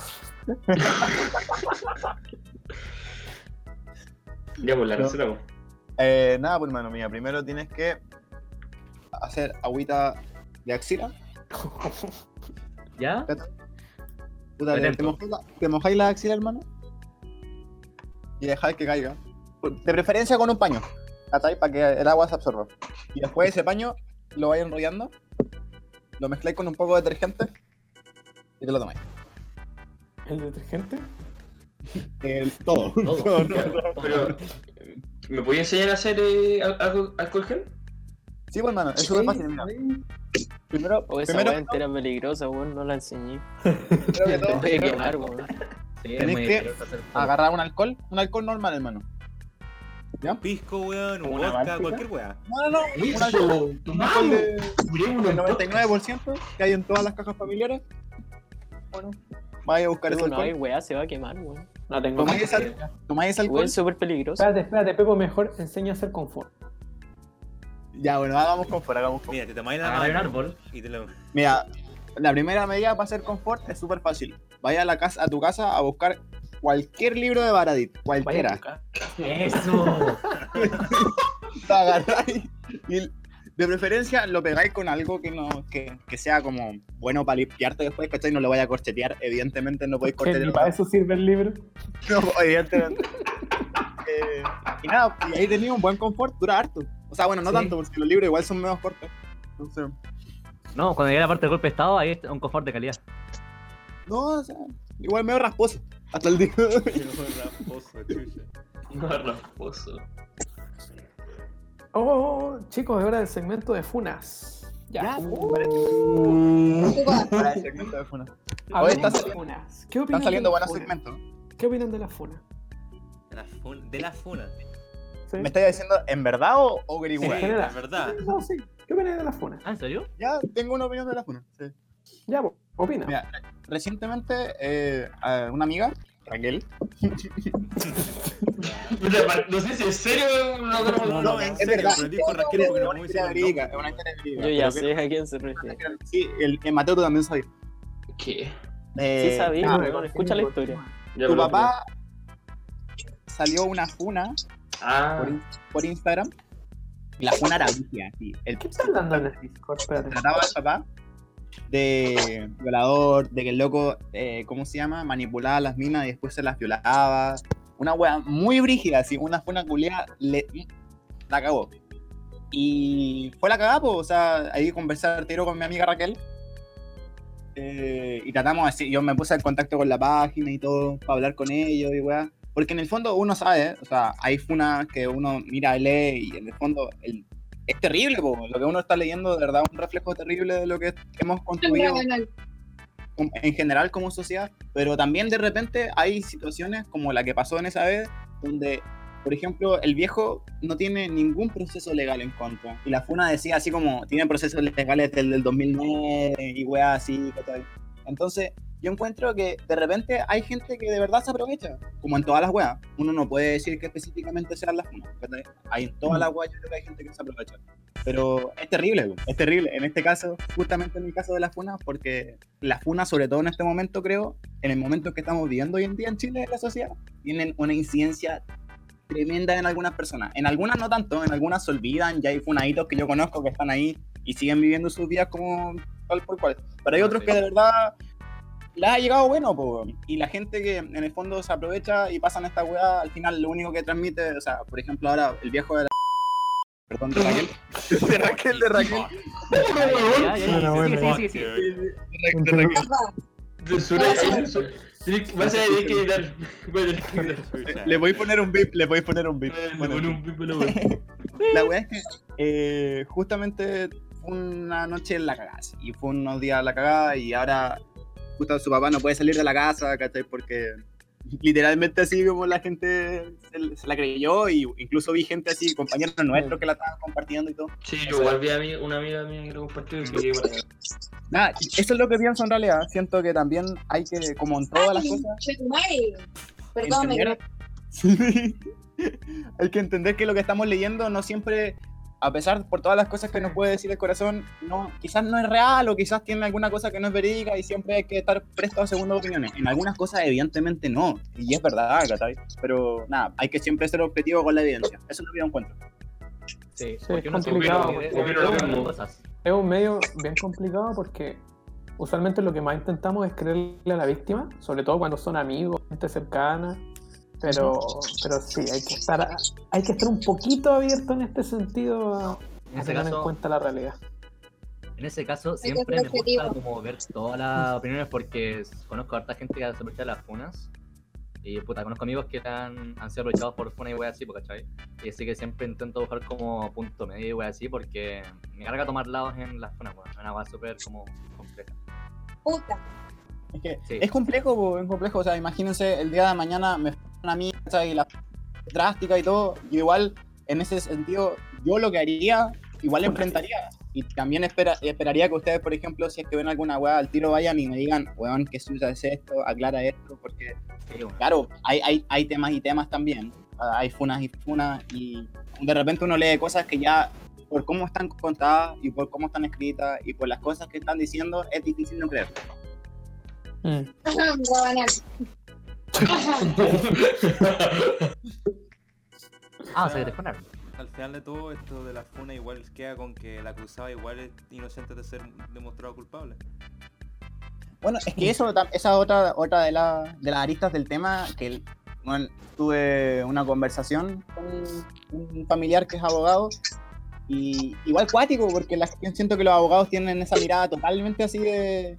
Speaker 2: Ya, pues la
Speaker 1: No.
Speaker 2: receta, pues.
Speaker 1: Eh, nada, pues hermano, mira, primero tienes que hacer agüita de axila.
Speaker 3: ¿Ya?
Speaker 1: Puta, te,
Speaker 3: Atento.
Speaker 1: te mojáis la- te mojáis la axila, hermano. Y dejáis que caiga. De preferencia con un paño. ¿Cachai? Para que el agua se absorba. Y después ese paño lo vais enrollando. Lo mezcláis con un poco de detergente. Y te lo tomáis.
Speaker 7: ¿El detergente?
Speaker 1: El, todo.
Speaker 3: Todo.
Speaker 1: Todo,
Speaker 2: Ya,
Speaker 1: todo, todo.
Speaker 2: Pero, ¿me podía enseñar a hacer eh, al- algo, alcohol gel?
Speaker 1: Sí, pues, hermano, es súper fácil. Mira. Primero,
Speaker 9: O Oh, esa
Speaker 1: primero
Speaker 9: weá entera peligrosa, weón, no la enseñé.
Speaker 1: primero que todo,
Speaker 9: Te puede quemar, weón.
Speaker 3: Sí, es
Speaker 1: Tenés
Speaker 3: muy
Speaker 1: que
Speaker 3: peligroso hacer fuego.
Speaker 1: agarrar un alcohol. Un alcohol normal, hermano.
Speaker 10: Pisco, weón, un
Speaker 1: ¿Una
Speaker 10: vodka,
Speaker 1: báltica?
Speaker 10: cualquier weá.
Speaker 1: No, no, no. Un alcohol,
Speaker 2: ¡Eso!
Speaker 1: un alcohol
Speaker 2: ¡Tomamos!
Speaker 1: de,
Speaker 2: Curemos
Speaker 1: del
Speaker 2: una
Speaker 1: 99% que hay en todas las cajas familiares. Bueno, vais a buscar ese
Speaker 9: Pero no hay
Speaker 1: alcohol.
Speaker 9: weá, se va a quemar, weón.
Speaker 7: No tengo.
Speaker 1: Tomáis ese, tomáis ese
Speaker 9: Weón
Speaker 1: alcohol.
Speaker 9: es súper peligroso.
Speaker 7: Espérate, espérate, Pepo, mejor enseña a hacer confort.
Speaker 1: Ya, bueno, hagamos confort, hagamos confort.
Speaker 10: Mira, te tomáis
Speaker 2: Ah,
Speaker 10: la
Speaker 3: Agarrar un
Speaker 10: mano
Speaker 3: árbol.
Speaker 10: y te lo.
Speaker 1: Mira, la primera medida para hacer confort es súper fácil. Vaya a, la casa, a tu casa a buscar cualquier libro de Baradit. Cualquiera.
Speaker 3: ¡Eso!
Speaker 1: Lo agarráis y de preferencia lo pegáis con algo que no que, que sea como bueno para limpiarte después, ¿cachai? No lo vaya a corchetear, evidentemente no podéis
Speaker 7: Que ni
Speaker 1: corchetear.
Speaker 7: para eso sirve el libro.
Speaker 1: No, evidentemente. Eh, y nada, y ahí tenía un buen confort, dura harto. O sea, bueno, no
Speaker 3: Sí.
Speaker 1: tanto, porque los libros igual son menos cortos. Entonces,
Speaker 3: No, cuando llegué a la parte de golpe de estado, ahí es un confort de calidad.
Speaker 1: no, o sea, igual medio rasposo. Hasta el día de hoy.
Speaker 10: Rasposo, chucha.
Speaker 2: rasposo.
Speaker 7: Oh, oh, oh, chicos, es hora del segmento de funas. Ya. Uh,
Speaker 5: Igual.
Speaker 1: Para el segmento de Funa.
Speaker 7: Hablemos
Speaker 1: está
Speaker 7: de
Speaker 1: saliendo-
Speaker 7: funas. ¿Qué opinan
Speaker 1: Están saliendo
Speaker 7: de las
Speaker 1: buenos
Speaker 7: funas?
Speaker 1: segmentos.
Speaker 7: ¿Qué opinan de las funas?
Speaker 10: De la funa. De la funa.
Speaker 7: ¿Sí?
Speaker 1: ¿Me estáis diciendo en verdad o, o
Speaker 10: Sí,
Speaker 1: averiguar?
Speaker 7: general.
Speaker 10: es verdad.
Speaker 7: No, sí. ¿Qué opinan de las funas?
Speaker 3: ¿Ah, en serio?
Speaker 1: Ya tengo una opinión de la Funa. sí.
Speaker 7: Ya, po, opina.
Speaker 1: Mira. Recientemente, eh, a una amiga, Raquel.
Speaker 2: No sé si es serio no, no, no, no,
Speaker 10: en
Speaker 1: es
Speaker 10: serio,
Speaker 1: verdad.
Speaker 10: pero dijo Raquel porque no me voy a decir
Speaker 1: historia
Speaker 10: el
Speaker 1: verídica,
Speaker 10: nombre,
Speaker 1: es una
Speaker 10: weón.
Speaker 1: historia verídica,
Speaker 9: Yo ya
Speaker 1: pero
Speaker 9: sé a quién se refiere.
Speaker 1: que- Sí, el, el Mateo tú también sabes.
Speaker 2: ¿Qué?
Speaker 1: Eh,
Speaker 9: Sí sabía,
Speaker 6: Ah,
Speaker 1: nada,
Speaker 9: weón, escucha la historia.
Speaker 2: Ya,
Speaker 1: Tu
Speaker 2: pero-
Speaker 1: papá salió una funa
Speaker 2: Ah,
Speaker 1: por, in- por Instagram. Y la funa era vicia, sí. El
Speaker 7: ¿Qué está hablando en el Discord? Espérate.
Speaker 1: trataba al papá de violador, de que el loco, eh, ¿cómo se llama? Manipulaba a las minas y después se las violaba. Una wea muy brígida, así, una funa culiada, le, la cagó. Y fue la cagada, pues, o sea, ahí conversé al tiro con mi amiga Raquel. Eh, y tratamos así, yo me puse en contacto con la página y todo, para hablar con ellos y weá. Porque en el fondo uno sabe, ¿eh? o sea, hay funas que uno mira, lee y en el fondo el- es terrible, po. lo que uno está leyendo de verdad es un reflejo terrible de lo que hemos construido com- en general como sociedad, pero también de repente hay situaciones como la que pasó en esa vez, donde, por ejemplo, el viejo no tiene ningún proceso legal en contra. Y la FUNA decía así como, tiene procesos legales desde el 2009 y weá así, ¿cachai? Entonces, yo encuentro que de repente hay gente que de verdad se aprovecha, como en todas las weas. Uno no puede decir que específicamente sean las funas. ¿cachai? Hay en todas las weas, yo creo que hay gente que se aprovecha. Pero es terrible, weón, es terrible. En este caso, justamente en el caso de las funas, porque las funas, sobre todo en este momento, creo, en el momento que estamos viviendo hoy en día en Chile, en la sociedad, tienen una incidencia tremenda en algunas personas. En algunas no tanto, en algunas se olvidan, ya hay funaditos que yo conozco que están ahí y siguen viviendo sus vidas como tal por cual. Pero hay otros que de verdad les ha llegado bueno, po, weón. y la gente que en el fondo se aprovecha y pasan esta weá, al final lo único que transmite, o sea, por ejemplo ahora el viejo de la... Perdón, de Raquel. De Raquel, de Raquel.
Speaker 2: Ya, ya, ya.
Speaker 1: Bueno, bueno,
Speaker 2: Sí, sí, sí, sí, sí.
Speaker 1: De Raquel.
Speaker 2: Censura, censura. Tienes que- Vas a tener que editar. Bueno,
Speaker 1: Le voy a poner un beep, le voy a poner un beep. Bueno, la weá es que eh, justamente fue una noche en la cagada, sí, y fue unos días en la cagada, y ahora justo su papá no puede salir de la casa, ¿cachai? Porque literalmente así como la gente se, se la creyó, y incluso vi gente así, compañeros nuestros que la estaban compartiendo y todo.
Speaker 2: Sí, yo igual vi a mí, una amiga mía que lo compartió y que bueno,
Speaker 1: Nada, eso es lo que pienso en realidad, siento que también hay que, como en todas las
Speaker 5: Ay,
Speaker 1: cosas,
Speaker 5: che, madre. Perdón, me
Speaker 1: entender- Sí. Hay que entender que lo que estamos leyendo no siempre, a pesar por todas las cosas que nos puede decir el corazón, no, quizás no es real o quizás tiene alguna cosa que no es verídica y siempre hay que estar presto a segundas opiniones. En algunas cosas evidentemente no, y es verdad, ¿cachai? Pero nada, hay que siempre ser objetivo con la evidencia. Eso es lo que yo encuentro.
Speaker 6: Sí,
Speaker 1: porque
Speaker 6: es
Speaker 1: uno se
Speaker 6: complicado.
Speaker 1: opina-
Speaker 6: porque
Speaker 1: opina lo
Speaker 6: es un-
Speaker 1: mismo.
Speaker 6: Es un medio bien complicado porque usualmente lo que más intentamos es creerle a la víctima, sobre todo cuando son amigos, gente cercana. Pero, pero sí, hay que estar hay que estar un poquito abierto en este sentido a,
Speaker 3: En
Speaker 6: a
Speaker 3: ese
Speaker 6: tener en
Speaker 3: caso-
Speaker 6: cuenta la realidad.
Speaker 3: En ese caso,
Speaker 5: que
Speaker 3: siempre
Speaker 5: ser
Speaker 3: me gusta
Speaker 5: objetivo.
Speaker 3: como ver todas las opiniones porque conozco a harta gente que se aprovecha de las funas. Y puta, conozco amigos que han, han sido aprovechados por funas y weas así, po, ¿cachai? Y así que siempre intento buscar como punto medio y weas así porque me carga tomar lados en las funas, weón. Es una wea súper como compleja.
Speaker 5: Puta.
Speaker 1: Es que
Speaker 3: Sí.
Speaker 1: es complejo, po, es complejo. O sea, imagínense el día de mañana me fueron a mí, ¿cachai? La drástica y todo. Y igual, en ese sentido, yo lo que haría, igual enfrentaría. Y también espera, esperaría que ustedes, por ejemplo, si es que ven alguna weá al tiro, vayan y me digan, weón, que Susa es esto, aclara esto, porque, claro, hay, hay, hay temas y temas también. Ah, Hay funas y funas, y de repente uno lee cosas que ya, por cómo están contadas y por cómo están escritas y por las cosas que están diciendo, es difícil no creer.
Speaker 5: Guabanal.
Speaker 3: Ah, o sea, que te funaron.
Speaker 10: Al final de todo, esto de la funa igual queda con que el acusado igual es inocente de ser demostrado culpable.
Speaker 1: Bueno, es que eso, tam- esa otra, otra de, la- de las aristas del tema, que el- bueno, tuve una conversación con un familiar que es abogado, y igual cuático, porque la- yo siento que los abogados tienen esa mirada totalmente así de...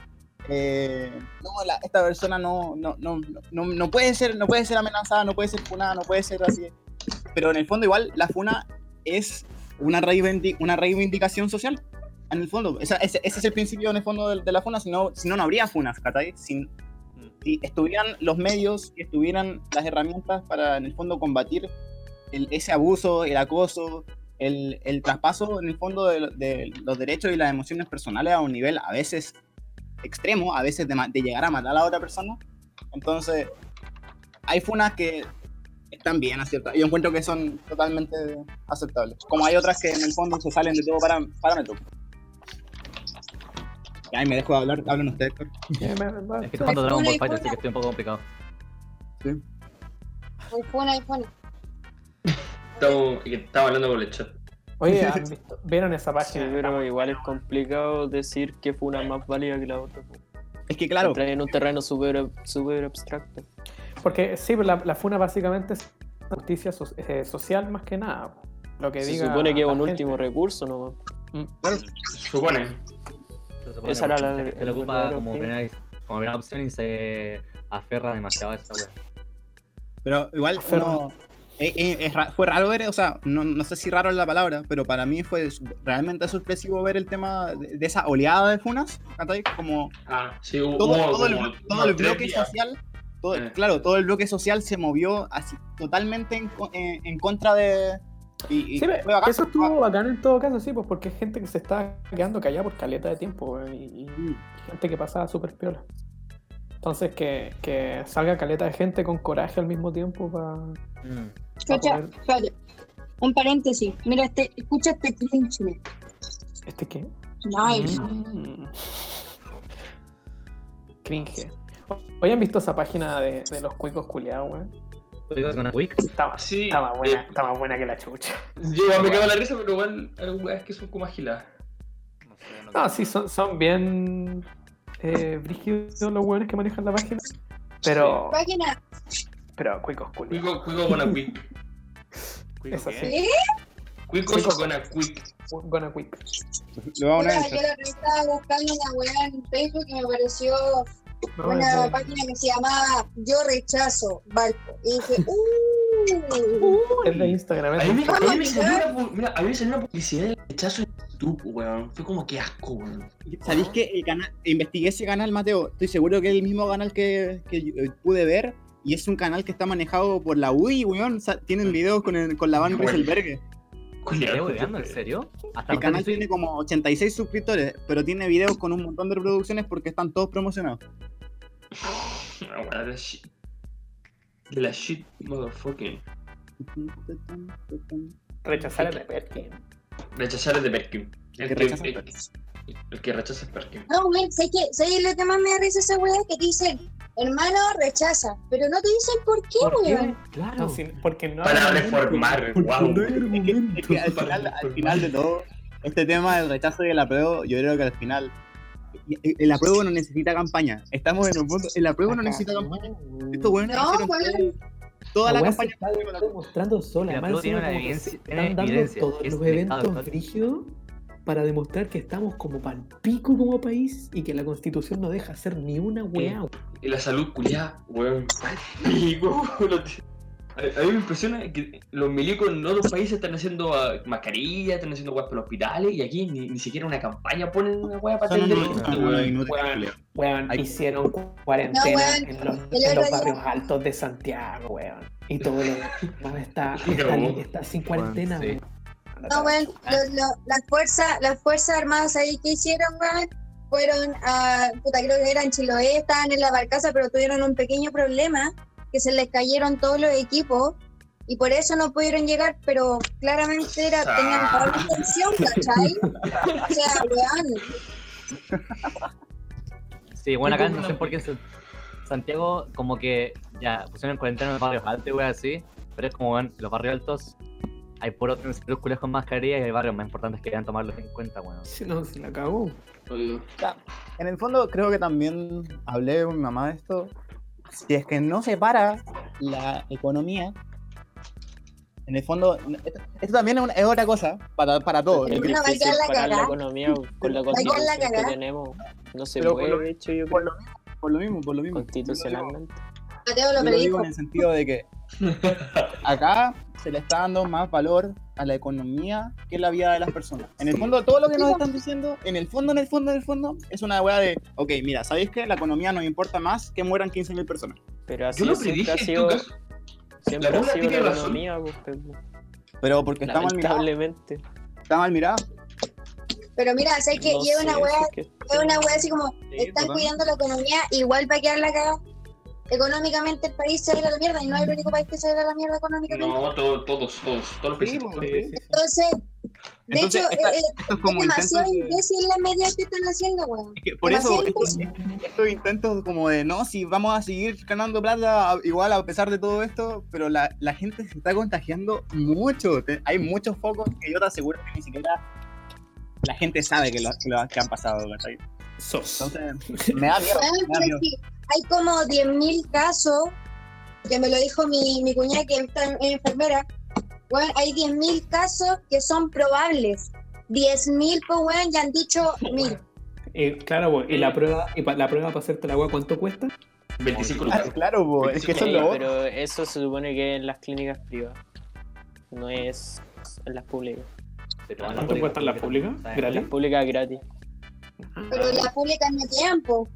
Speaker 1: eh, no, la- esta persona no, no, no, no, no puede ser, no puede ser amenazada, no puede ser funada, no puede ser así. Pero en el fondo igual la funa es una, reivindic- una reivindicación social en el fondo, esa- ese, ese es el principio en el fondo de, de la funa, si no, si no, no habría funas, ¿cachai? Si, si estuvieran los medios, si estuvieran las herramientas para en el fondo combatir el- ese abuso, el acoso, el, el traspaso en el fondo de, de los derechos y las emociones personales a un nivel a veces extremo, a veces de, ma- de llegar a matar a la otra persona. Entonces, hay funas que están bien aceptadas. Yo encuentro que son totalmente aceptables. Como hay otras que en el fondo se salen de todo pará- parámetro. Ay, me dejo de hablar, hablan ustedes. Héctor.
Speaker 3: Es que estoy jugando Dragon Ball Fighter, así que estoy un poco complicado.
Speaker 5: iPhone, iPhone.
Speaker 2: Ah, estamos, que estamos hablando por el chat.
Speaker 6: Oye, ¿han visto- ¿vieron esa página? Ah,
Speaker 9: Sí, pero igual es complicado decir que fue una más válida que la otra. po.
Speaker 1: Es que claro.
Speaker 9: Entrar en un terreno súper súper abstracto.
Speaker 6: Porque sí, pero la, la funa básicamente es justicia so- eh, social más que nada. Lo que
Speaker 9: Se
Speaker 6: diga
Speaker 9: supone que es
Speaker 6: la
Speaker 9: un
Speaker 6: gente.
Speaker 9: último recurso, ¿no?
Speaker 2: Supone.
Speaker 9: Esa era la-
Speaker 3: Se
Speaker 9: el
Speaker 3: lo ocupa
Speaker 9: verdadero
Speaker 3: como
Speaker 9: fin.
Speaker 3: primera, como primera opción y se aferra demasiado a esa wea.
Speaker 1: Pero
Speaker 6: Ah,
Speaker 1: igual uno- eh, eh, es ra- fue raro ver, o sea, no, no sé si raro es la palabra, pero para mí fue su- realmente sorpresivo ver el tema de, de esa oleada de funas, ¿cachai? Como
Speaker 2: Ah, sí, hubo,
Speaker 1: todo,
Speaker 2: hubo
Speaker 1: todo el,
Speaker 2: como
Speaker 1: todo
Speaker 2: unos
Speaker 1: el
Speaker 2: tres
Speaker 1: bloque
Speaker 2: días.
Speaker 1: social, todo-
Speaker 2: Eh.
Speaker 1: claro, todo el bloque social se movió así totalmente en, co- eh, en- en contra de... Y, y
Speaker 6: Sí,
Speaker 1: fue bacán.
Speaker 6: eso estuvo bacán en todo caso, sí, pues porque es gente que se está quedando callada por caleta de tiempo weón, y, y gente que pasaba súper piola. Entonces que, que salga caleta de gente con coraje al mismo tiempo para...
Speaker 9: Mm.
Speaker 5: Chucha, espérate. Un paréntesis. Mira, este, escucha este cringe.
Speaker 6: ¿Este qué? Mm.
Speaker 5: Nice.
Speaker 6: Cringe. Hoy han visto esa página de, de los cuicos culiados, weón.
Speaker 11: ¿Cuicos con
Speaker 6: Estaba, estaba buena,
Speaker 2: eh,
Speaker 6: estaba buena que la chucha.
Speaker 2: Yo igual me cago en la risa, pero igual algunas weas que son como agiladas.
Speaker 6: No, sí, son, son bien eh, brígidos los weones que manejan la página. Pero,
Speaker 5: Página.
Speaker 6: pero cuicos culiados.
Speaker 2: Cuico, cuico con a quick.
Speaker 6: Eso sí.
Speaker 5: ¿Eh?
Speaker 2: Cuico con a quick.
Speaker 6: Gonna quick.
Speaker 1: Ah, Lo vamos a
Speaker 5: Mira,
Speaker 1: analizar.
Speaker 5: yo la estaba buscando una weá en Facebook y me pareció una
Speaker 1: no.
Speaker 5: página que se llamaba Yo Rechazo Balco. Y dije, ¡uh!
Speaker 6: Es de Instagram.
Speaker 2: A
Speaker 6: es
Speaker 2: mí,
Speaker 6: de
Speaker 2: me- a
Speaker 6: Instagram.
Speaker 2: mí me salió una, pu- mira, a mí me salió una publicidad de rechazo en YouTube, weón. Fue como que asco, weón.
Speaker 1: ¿Sabéis que el canal, investigué ese canal, Mateo? Estoy seguro que es el mismo canal que, que yo, eh, pude ver. Y es un canal que está manejado por la UI, weón. sa- tienen videos con, el- con la Van
Speaker 11: Bueno.
Speaker 1: Rieselberg.
Speaker 11: ¿Qué weando? ¿En serio? Hasta
Speaker 1: El
Speaker 11: ahorita
Speaker 1: canal
Speaker 11: estoy-
Speaker 1: tiene como 86 suscriptores, pero tiene videos con un montón de reproducciones porque están todos promocionados.
Speaker 2: Una weá de la shit. De la shit, motherfucking.
Speaker 6: Rechazar el Perkin.
Speaker 2: Rechazar es de Perkin. El
Speaker 1: Que
Speaker 2: que,
Speaker 1: rechaza
Speaker 2: el, el que rechaza es Perkin.
Speaker 5: No, güey, sé que, sé lo que más me da risa esa weá que te dicen, hermano, rechaza. Pero no te dicen por qué, weón.
Speaker 11: Claro.
Speaker 6: No, sí, porque no
Speaker 2: Para
Speaker 6: hay-
Speaker 2: reformar, wow.
Speaker 1: Es que al final, al final de todo, este tema del rechazo y el apruebo, yo creo que al final. y- y- El apruebo no necesita campaña. Estamos en un punto. El apruebo no necesita campaña. Estos weones
Speaker 5: No,
Speaker 1: hicieron
Speaker 5: weón.
Speaker 1: toda la
Speaker 8: weá
Speaker 1: campaña.
Speaker 8: se está demostrando sola.
Speaker 11: Mira,
Speaker 8: más
Speaker 11: pero tiene
Speaker 8: encima como que
Speaker 11: una
Speaker 8: se
Speaker 11: evidencia- tiene
Speaker 8: Están dando
Speaker 11: evidencia,
Speaker 8: todos
Speaker 11: es
Speaker 2: este
Speaker 8: los
Speaker 11: delicado,
Speaker 8: eventos
Speaker 11: ¿no?
Speaker 8: rígidos para demostrar que estamos como pal pico como país y que la constitución no deja hacer ni una weá.
Speaker 2: Y la salud culiada, weón. Y, weón, lo te- a, a mí me impresiona que los milicos en otros países están haciendo ah, mascarillas, están haciendo weas para los hospitales y aquí ni, ni siquiera una campaña ponen una wea para
Speaker 1: Son
Speaker 2: atender
Speaker 1: unos-
Speaker 2: gente,
Speaker 1: son unos
Speaker 2: weón.
Speaker 1: inútiles, culiao.
Speaker 6: Weón,
Speaker 1: Hay-
Speaker 6: hicieron cu- cuarentena
Speaker 5: No, weón,
Speaker 6: en los,
Speaker 5: el
Speaker 6: en los
Speaker 5: otro día-
Speaker 6: barrios altos de Santiago, weón. Y todo lo weón, está,
Speaker 2: Sí,
Speaker 6: está,
Speaker 2: weón.
Speaker 6: está sin cuarentena,
Speaker 11: sí.
Speaker 6: weón.
Speaker 5: No, weón, lo- lo- las fuerzas, las fuerzas armadas ahí que hicieron, weón, fueron a, puta, creo que eran Chiloé, estaban en la barcaza, pero tuvieron un pequeño problema, que se les cayeron todos los equipos, y por eso no pudieron llegar, pero claramente era, tenían toda la intención, ¿cachai? O sea, weón,
Speaker 11: Sí, bueno, acá no sé por qué en San- Santiago como que ya pusieron en cuarentena los barrios altos, güey, así. Pero es como, bueno, los barrios altos hay puros círculos con mascarilla y hay barrios más importantes que deben tomarlos en cuenta, bueno.
Speaker 6: Sí, no, se la cagó.
Speaker 1: En el fondo, creo que también hablé con mi mamá de esto. Si es que no se para la economía, en el fondo, esto, esto también es, una- es otra cosa para, para todos.
Speaker 5: No,
Speaker 9: Es
Speaker 5: va a
Speaker 9: difícil
Speaker 5: quedar la
Speaker 9: parar la
Speaker 5: cagá.
Speaker 9: economía con la
Speaker 1: Va
Speaker 5: a quedar la
Speaker 9: constitución que
Speaker 5: cagá.
Speaker 9: tenemos. No se
Speaker 1: Pero por
Speaker 9: puede,
Speaker 1: lo-
Speaker 9: de hecho, yo
Speaker 1: Por lo
Speaker 9: creo,
Speaker 1: mismo, por lo mismo. Por lo mismo.
Speaker 9: constitucionalmente.
Speaker 5: Mateo lo
Speaker 1: Yo lo digo
Speaker 5: predijo.
Speaker 1: en el sentido de que acá se le está dando más valor a la economía que la vida de las personas. En el fondo, todo lo que nos están diciendo, en el fondo, en el fondo, en el fondo, es una weá de, ok, mira, ¿sabéis que la economía nos importa más que mueran 15.000 personas?
Speaker 9: Pero así
Speaker 2: Yo lo
Speaker 9: siempre
Speaker 2: predije
Speaker 9: ha
Speaker 2: en tu
Speaker 9: sido,
Speaker 2: caso.
Speaker 9: siempre
Speaker 2: La
Speaker 9: ha
Speaker 2: bola
Speaker 9: sido la
Speaker 2: tiene razón.
Speaker 9: economía, pues, pero-
Speaker 1: Pero porque está mal mirada.
Speaker 9: lamentablemente.
Speaker 1: Está mal mirada.
Speaker 5: Pero mira, sé que
Speaker 9: No
Speaker 5: lleva
Speaker 9: sé,
Speaker 5: una weá
Speaker 9: así que-
Speaker 5: es una wea así como están
Speaker 1: totalmente.
Speaker 5: cuidando la economía, igual va a quedar la cagada. Económicamente el país se va a ir a la mierda y no es el único país que se va a ir a la mierda económicamente.
Speaker 2: No, to- todos, todos, todos los
Speaker 1: Sí,
Speaker 2: países.
Speaker 1: pues,
Speaker 5: Entonces, de
Speaker 1: Entonces,
Speaker 5: hecho,
Speaker 1: esta-
Speaker 5: eh, eh,
Speaker 1: Esto es
Speaker 5: es
Speaker 1: como
Speaker 5: demasiado
Speaker 1: intentos de-
Speaker 5: imbécil las medidas que están haciendo, weón.
Speaker 1: es que por eso
Speaker 5: demasiado
Speaker 1: estos, estos intentos como de no, si vamos a seguir ganando plata a- igual a pesar de todo esto, pero la, la gente se está contagiando mucho. Te- hay muchos focos que yo te aseguro que ni siquiera la gente sabe que, lo, que, lo- que han pasado. ¿cachai?
Speaker 6: Sos.
Speaker 1: Entonces, me da miedo.
Speaker 5: Weón,
Speaker 1: me da
Speaker 5: Ah, pero
Speaker 1: miedo.
Speaker 5: es que hay como 10.000 casos, que me lo dijo mi, mi cuñada que está en- es enfermera, weón, hay 10.000 casos que son probables. 10.000, pues weón, ya han dicho 1.000.
Speaker 6: Eh, claro, weón. Y la prueba, y pa- la prueba para hacerte la weá, ¿cuánto cuesta?
Speaker 2: 25
Speaker 1: Ah,
Speaker 2: lucas.
Speaker 1: claro, po, es que eso es
Speaker 9: Sí,
Speaker 1: lo otro.
Speaker 9: pero eso se supone que es en las clínicas privadas, no es en las públicas.
Speaker 6: ¿Cuánto cuestan las públicas?
Speaker 9: En las
Speaker 6: ¿Gratis?
Speaker 9: públicas es gratis.
Speaker 5: Pero las públicas no tiempo.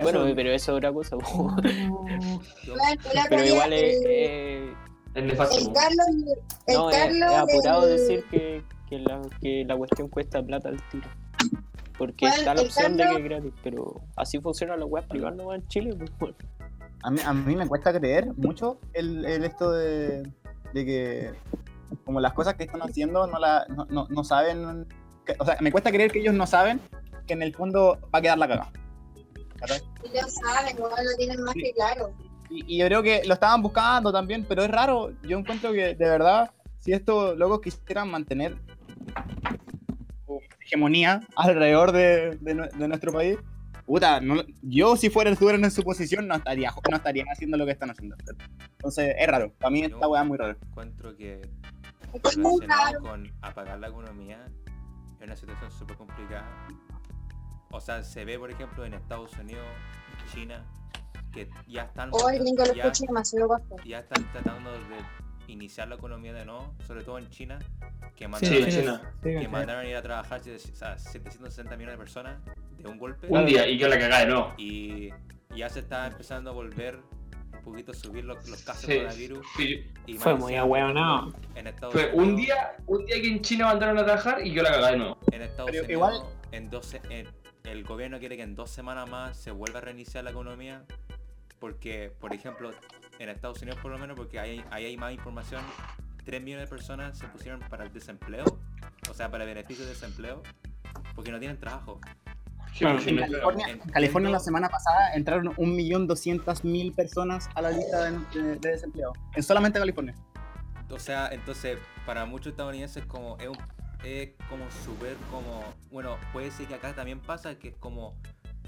Speaker 9: Bueno, pero eso es otra cosa. po.
Speaker 5: Weón, el otro
Speaker 9: Pero
Speaker 5: día,
Speaker 9: igual es,
Speaker 5: el-
Speaker 9: es-
Speaker 2: Es nefasto.
Speaker 5: El
Speaker 2: weón.
Speaker 5: Carlos, el
Speaker 9: no, es-
Speaker 5: Carlos
Speaker 9: es apurado
Speaker 5: del-
Speaker 9: decir que, que la, que la cuestión cuesta plata al tiro. Porque
Speaker 5: Bueno,
Speaker 9: está la
Speaker 5: el
Speaker 9: opción de que
Speaker 5: cambio-
Speaker 9: es gratis, pero así funcionan las weas privadas nomás en Chile. pues, bueno.
Speaker 1: A mí, a mí me cuesta creer mucho el, el esto de, de que como las cosas que están haciendo no, la, no, no- no saben, que- o sea, me cuesta creer que ellos no saben que en el fondo va a quedar la caga.
Speaker 5: Y ya saben, weón, lo tienen más que claro.
Speaker 1: Y, y yo creo que lo estaban buscando también, pero es raro, yo encuentro que de verdad, si estos locos quisieran mantener su hegemonía alrededor de, de nue- de nuestro país, puta, no- yo si fuera estuvieran en su posición no estaría, no estaría haciendo lo que están haciendo. Entonces es raro, para mí esta weá es muy rara.
Speaker 10: Encuentro que
Speaker 5: Es muy
Speaker 10: relacionado
Speaker 5: raro.
Speaker 10: con apagar la economía es una situación súper complicada. O sea, se ve, por ejemplo, en Estados Unidos, China, que ya están,
Speaker 5: Oh, el gringo lo
Speaker 10: ya,
Speaker 5: escucha demasiado bajo.
Speaker 10: ya están tratando de iniciar la economía de nuevo, sobre todo en China, que
Speaker 2: Sí,
Speaker 10: mandaron,
Speaker 2: en China. Sí,
Speaker 10: Que
Speaker 2: en China.
Speaker 10: mandaron a ir a trabajar o sea, 760 millones de personas de un golpe.
Speaker 2: Un día, y que la cagá de nuevo.
Speaker 10: Y ya se está empezando a volver un poquito a subir los, los casos
Speaker 2: Sí,
Speaker 10: de coronavirus.
Speaker 2: sí.
Speaker 10: Y
Speaker 2: Fue
Speaker 10: más
Speaker 2: muy
Speaker 10: encima,
Speaker 2: ahueonado.
Speaker 10: En Estados
Speaker 2: Fue un día, un día que en China mandaron a trabajar y yo la cagá de nuevo.
Speaker 10: en Estados
Speaker 1: Pero
Speaker 10: Unidos,
Speaker 1: igual-
Speaker 10: en 12, en- el gobierno quiere que en dos semanas más se vuelva a reiniciar la economía, porque, por ejemplo, en Estados Unidos por lo menos, porque ahí, ahí hay más información, 3 millones de personas se pusieron para el desempleo, o sea, para el beneficio del desempleo, porque no tienen trabajo.
Speaker 2: Ah,
Speaker 1: En California, en California la semana pasada entraron 1.200.000 personas a la lista de, de- de desempleo. En solamente California.
Speaker 10: O sea, entonces, para muchos estadounidenses como es, un- es como súper como, bueno, puede ser que acá también pasa que es como,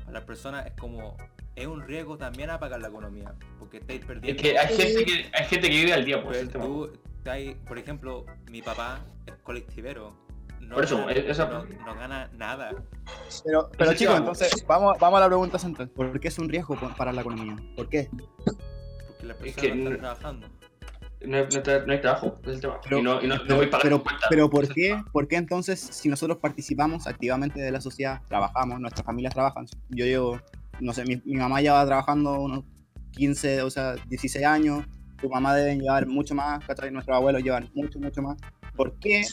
Speaker 10: para las personas es como, es un riesgo también apagar la economía, porque estáis perdiendo.
Speaker 2: que hay gente que- hay gente que vive al día, pues,
Speaker 10: Pero
Speaker 2: el tema.
Speaker 10: tú estáis- por ejemplo, mi papá es colectivero. No
Speaker 2: Por eso,
Speaker 10: gana,
Speaker 2: eh, esa-
Speaker 10: no- no gana nada.
Speaker 1: Pero, pero
Speaker 10: Sí,
Speaker 1: chicos,
Speaker 10: vamos.
Speaker 1: entonces vamos, vamos a la pregunta central. ¿Por qué es un riesgo po- para la economía? ¿Por qué?
Speaker 10: Porque las
Speaker 2: Es
Speaker 10: personas
Speaker 2: que
Speaker 10: no
Speaker 2: no,
Speaker 10: están trabajando.
Speaker 2: no hay, no hay- no hay trabajo, ese es el tema. y no, y no, no
Speaker 1: Pero-
Speaker 2: voy pagando
Speaker 1: pero,
Speaker 2: cuentas.
Speaker 1: pero ¿por qué? ¿Por qué entonces si nosotros participamos activamente de la sociedad, trabajamos, nuestras familias trabajan? Yo llevo, no sé, mi, mi mamá lleva trabajando unos 15, o sea, 16 años, tu mamá deben llevar mucho más, ¿cachai? Nuestros abuelos llevan mucho, mucho más. ¿Por qué